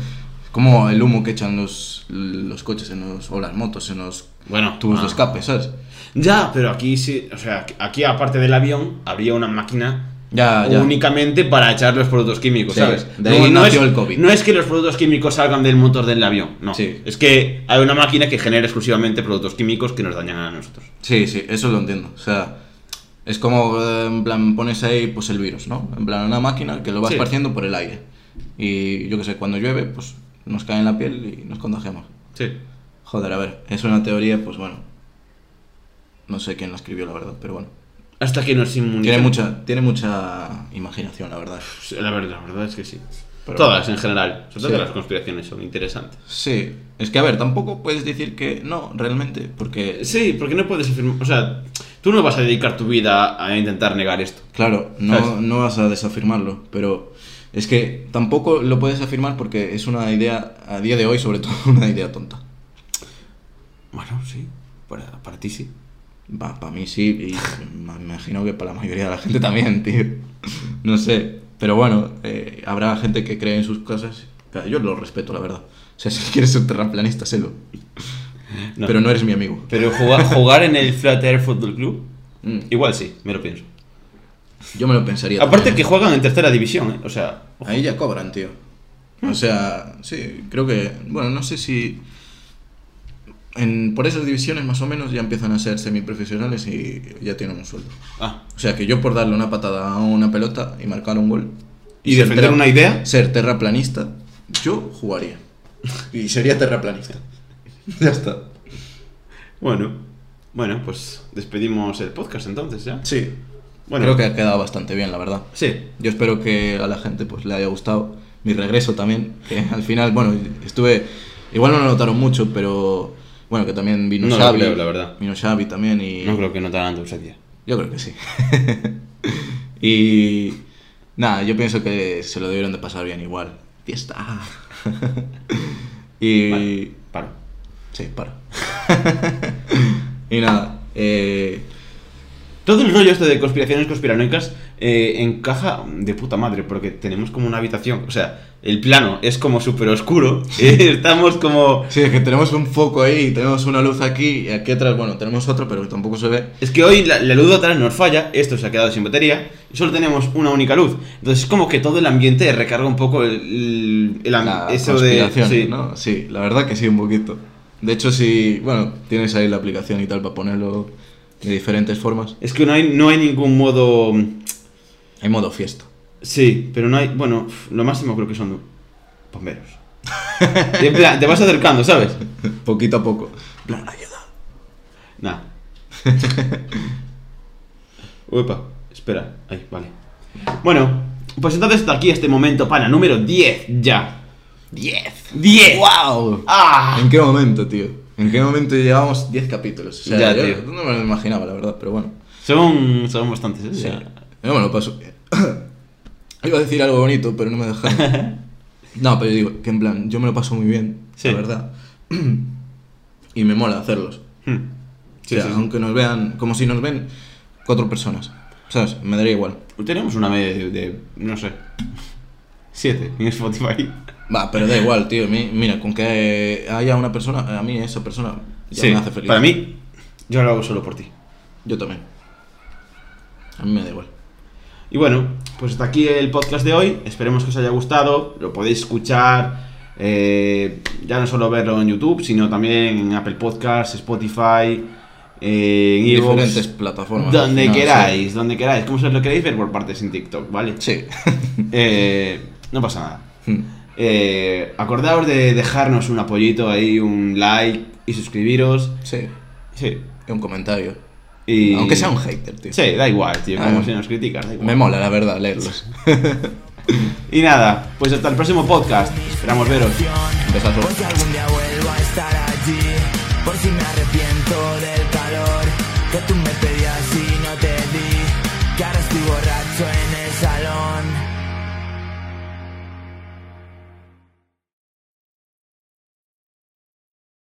[SPEAKER 2] Como el humo que echan los, los coches en los, o las motos en los
[SPEAKER 1] Bueno,
[SPEAKER 2] tubos de
[SPEAKER 1] ah.
[SPEAKER 2] escape, ¿sabes?
[SPEAKER 1] Ya, pero aquí sí, o sea, aquí aparte del avión habría una máquina
[SPEAKER 2] Ya, ya.
[SPEAKER 1] únicamente para echar los productos químicos,
[SPEAKER 2] Sí,
[SPEAKER 1] ¿sabes?
[SPEAKER 2] de ahí
[SPEAKER 1] no, es,
[SPEAKER 2] nació el COVID.
[SPEAKER 1] no es que los productos químicos salgan del motor del avión, no.
[SPEAKER 2] Sí.
[SPEAKER 1] Es que hay una máquina que genera exclusivamente productos químicos que nos dañan a nosotros.
[SPEAKER 2] Sí, sí, eso lo entiendo. O sea, es como, eh, en plan, pones ahí pues el virus, ¿no? En plan, una máquina que lo va
[SPEAKER 1] Sí.
[SPEAKER 2] esparciendo por el aire. Y yo qué sé, cuando llueve, pues nos cae en la piel y nos contagiamos.
[SPEAKER 1] Sí.
[SPEAKER 2] Joder, a ver, es una teoría, pues bueno. No sé quién la escribió, la verdad, pero bueno.
[SPEAKER 1] Hasta que nos inmunizan.
[SPEAKER 2] Tiene mucha, tiene mucha imaginación, la verdad.
[SPEAKER 1] Sí, Pues, La verdad, la verdad es que sí.
[SPEAKER 2] Pero-
[SPEAKER 1] Todas en general. Sobre todo
[SPEAKER 2] Sí.
[SPEAKER 1] que las conspiraciones son interesantes.
[SPEAKER 2] Sí, es que a ver, tampoco puedes decir que no, realmente, porque
[SPEAKER 1] Eh, Sí, porque no puedes afirmar. O sea, tú no vas a dedicar tu vida a intentar negar esto.
[SPEAKER 2] Claro,
[SPEAKER 1] ¿Sabes?
[SPEAKER 2] no, no vas a desafirmarlo, pero es que tampoco lo puedes afirmar porque es una idea, a día de hoy sobre *laughs* todo, una idea tonta.
[SPEAKER 1] Bueno, sí. Para, para ti sí.
[SPEAKER 2] Va, para mí sí, y me imagino que para la mayoría de la gente también, *laughs* tío. No sé, pero bueno, eh, habrá gente que cree en sus cosas. Claro, Yo lo respeto, la verdad. O sea, si quieres ser terraplanista, sélo.
[SPEAKER 1] ¿eh? No.
[SPEAKER 2] Pero no eres mi amigo.
[SPEAKER 1] Pero jugar, jugar en el Flat Air Football Club,
[SPEAKER 2] Mm,
[SPEAKER 1] igual sí, me lo pienso.
[SPEAKER 2] Yo me lo pensaría.
[SPEAKER 1] Aparte
[SPEAKER 2] también.
[SPEAKER 1] que juegan en tercera división, ¿eh? O sea, ojo. Hmm.
[SPEAKER 2] Ahí ya cobran, tío. O sea, sí, creo que. Bueno, no sé si. En, por esas divisiones más o menos ya empiezan a ser semiprofesionales y ya tienen un sueldo.
[SPEAKER 1] Ah,
[SPEAKER 2] O sea que yo por darle una patada a una pelota y marcar un gol.
[SPEAKER 1] ¿Y defender
[SPEAKER 2] ser terra-
[SPEAKER 1] una idea?
[SPEAKER 2] Ser terraplanista, yo jugaría. Y sería terraplanista. *laughs* ya está.
[SPEAKER 1] bueno. Bueno, pues despedimos el podcast entonces, ¿ya?
[SPEAKER 2] Sí.
[SPEAKER 1] Bueno,
[SPEAKER 2] Creo que ha quedado bastante bien, la verdad.
[SPEAKER 1] sí.
[SPEAKER 2] Yo espero que a la gente pues le haya gustado mi regreso también, que *laughs* al final, bueno, estuve igual no lo notaron mucho, pero bueno, que también vino
[SPEAKER 1] No lo
[SPEAKER 2] Xavi,
[SPEAKER 1] creo, la verdad.
[SPEAKER 2] Vino Xavi también y
[SPEAKER 1] No creo que no te hagan dulcería.
[SPEAKER 2] yo creo que sí. *laughs* y nada, yo pienso que se lo debieron de pasar bien igual. Fiesta. *laughs* y
[SPEAKER 1] Vale, paro.
[SPEAKER 2] sí, paro. *laughs* y nada, eh,
[SPEAKER 1] Todo el rollo este de conspiraciones conspiranoicas eh, encaja de puta madre, porque tenemos como una habitación, o sea, el plano es como súper *laughs* oscuro, estamos como...
[SPEAKER 2] sí, es que tenemos un foco ahí, tenemos una luz aquí y aquí atrás, bueno, tenemos otro, pero tampoco se ve.
[SPEAKER 1] Es que hoy la, la luz de atrás nos falla, esto se ha quedado sin batería, y solo tenemos una única luz. Entonces es como que todo el ambiente recarga un poco el... el- el am-
[SPEAKER 2] la
[SPEAKER 1] eso de...
[SPEAKER 2] conspiración,
[SPEAKER 1] sí.
[SPEAKER 2] ¿no? Sí, la verdad que sí, un poquito. De hecho, si, bueno, tienes ahí la aplicación y tal para ponerlo de diferentes formas.
[SPEAKER 1] Es que no hay, no hay ningún modo...
[SPEAKER 2] Hay modo fiesta.
[SPEAKER 1] Sí, pero no hay... Bueno, lo máximo creo que son
[SPEAKER 2] *laughs*
[SPEAKER 1] bomberos. En plan, te vas acercando, ¿sabes?
[SPEAKER 2] Poquito a poco. En plan, ayuda. *laughs*
[SPEAKER 1] Nada. Uepa, espera. Ahí, vale. Bueno, pues entonces hasta aquí este momento, pana. Número 10 ya. 10. 10.
[SPEAKER 2] ¡Wow!
[SPEAKER 1] ¡Ah!
[SPEAKER 2] ¿En qué momento, tío? ¿En qué momento llevábamos 10 capítulos? O sea,
[SPEAKER 1] Ya,
[SPEAKER 2] yo
[SPEAKER 1] tío.
[SPEAKER 2] no me lo imaginaba, la verdad, pero bueno.
[SPEAKER 1] Son, son bastantes, ¿eh? O
[SPEAKER 2] Sí.
[SPEAKER 1] sea,
[SPEAKER 2] Yo me lo paso. bien. *coughs* Iba a decir algo bonito, pero no
[SPEAKER 1] *laughs*
[SPEAKER 2] me dejaron. No, pero yo digo, que en plan, yo me lo paso muy bien,
[SPEAKER 1] Sí.
[SPEAKER 2] la verdad. *coughs* Y me mola hacerlos.
[SPEAKER 1] hmm. Sí,
[SPEAKER 2] o sea,
[SPEAKER 1] sí, sí.
[SPEAKER 2] aunque nos vean, como si nos ven cuatro personas. ¿Sabes? Me daría igual.
[SPEAKER 1] Tenemos una media de, de, no sé, 7 en Spotify.
[SPEAKER 2] Va, pero da igual, tío. mi- mira, con que haya una persona, a mí esa persona ya
[SPEAKER 1] sí,
[SPEAKER 2] me hace feliz.
[SPEAKER 1] para mí, yo lo hago solo por ti.
[SPEAKER 2] Yo también. A mí me da igual.
[SPEAKER 1] Y bueno, pues hasta aquí el podcast de hoy. Esperemos que os haya gustado. Lo podéis escuchar, eh, ya no solo verlo en YouTube, sino también en Apple Podcasts, Spotify, eh, en iVoox,
[SPEAKER 2] Diferentes plataformas. al
[SPEAKER 1] Donde
[SPEAKER 2] final,
[SPEAKER 1] queráis, donde queráis. Como se lo queréis ver por partes en TikTok, ¿vale?
[SPEAKER 2] Sí. *laughs*
[SPEAKER 1] Eh, no pasa nada.
[SPEAKER 2] Sí.
[SPEAKER 1] Eh, acordaos de dejarnos un apoyito ahí, un like y suscribiros.
[SPEAKER 2] sí.
[SPEAKER 1] Sí.
[SPEAKER 2] Y un comentario.
[SPEAKER 1] Y...
[SPEAKER 2] Aunque sea un hater, tío.
[SPEAKER 1] Sí, da igual, tío. Como
[SPEAKER 2] Ah.
[SPEAKER 1] si nos criticas, da igual.
[SPEAKER 2] Me mola, la verdad, leerlos.
[SPEAKER 1] Y nada, pues hasta el próximo podcast. Esperamos veros.
[SPEAKER 2] Besazo.
[SPEAKER 3] Porque algún día vuelvo a estar allí Por si me arrepiento del camino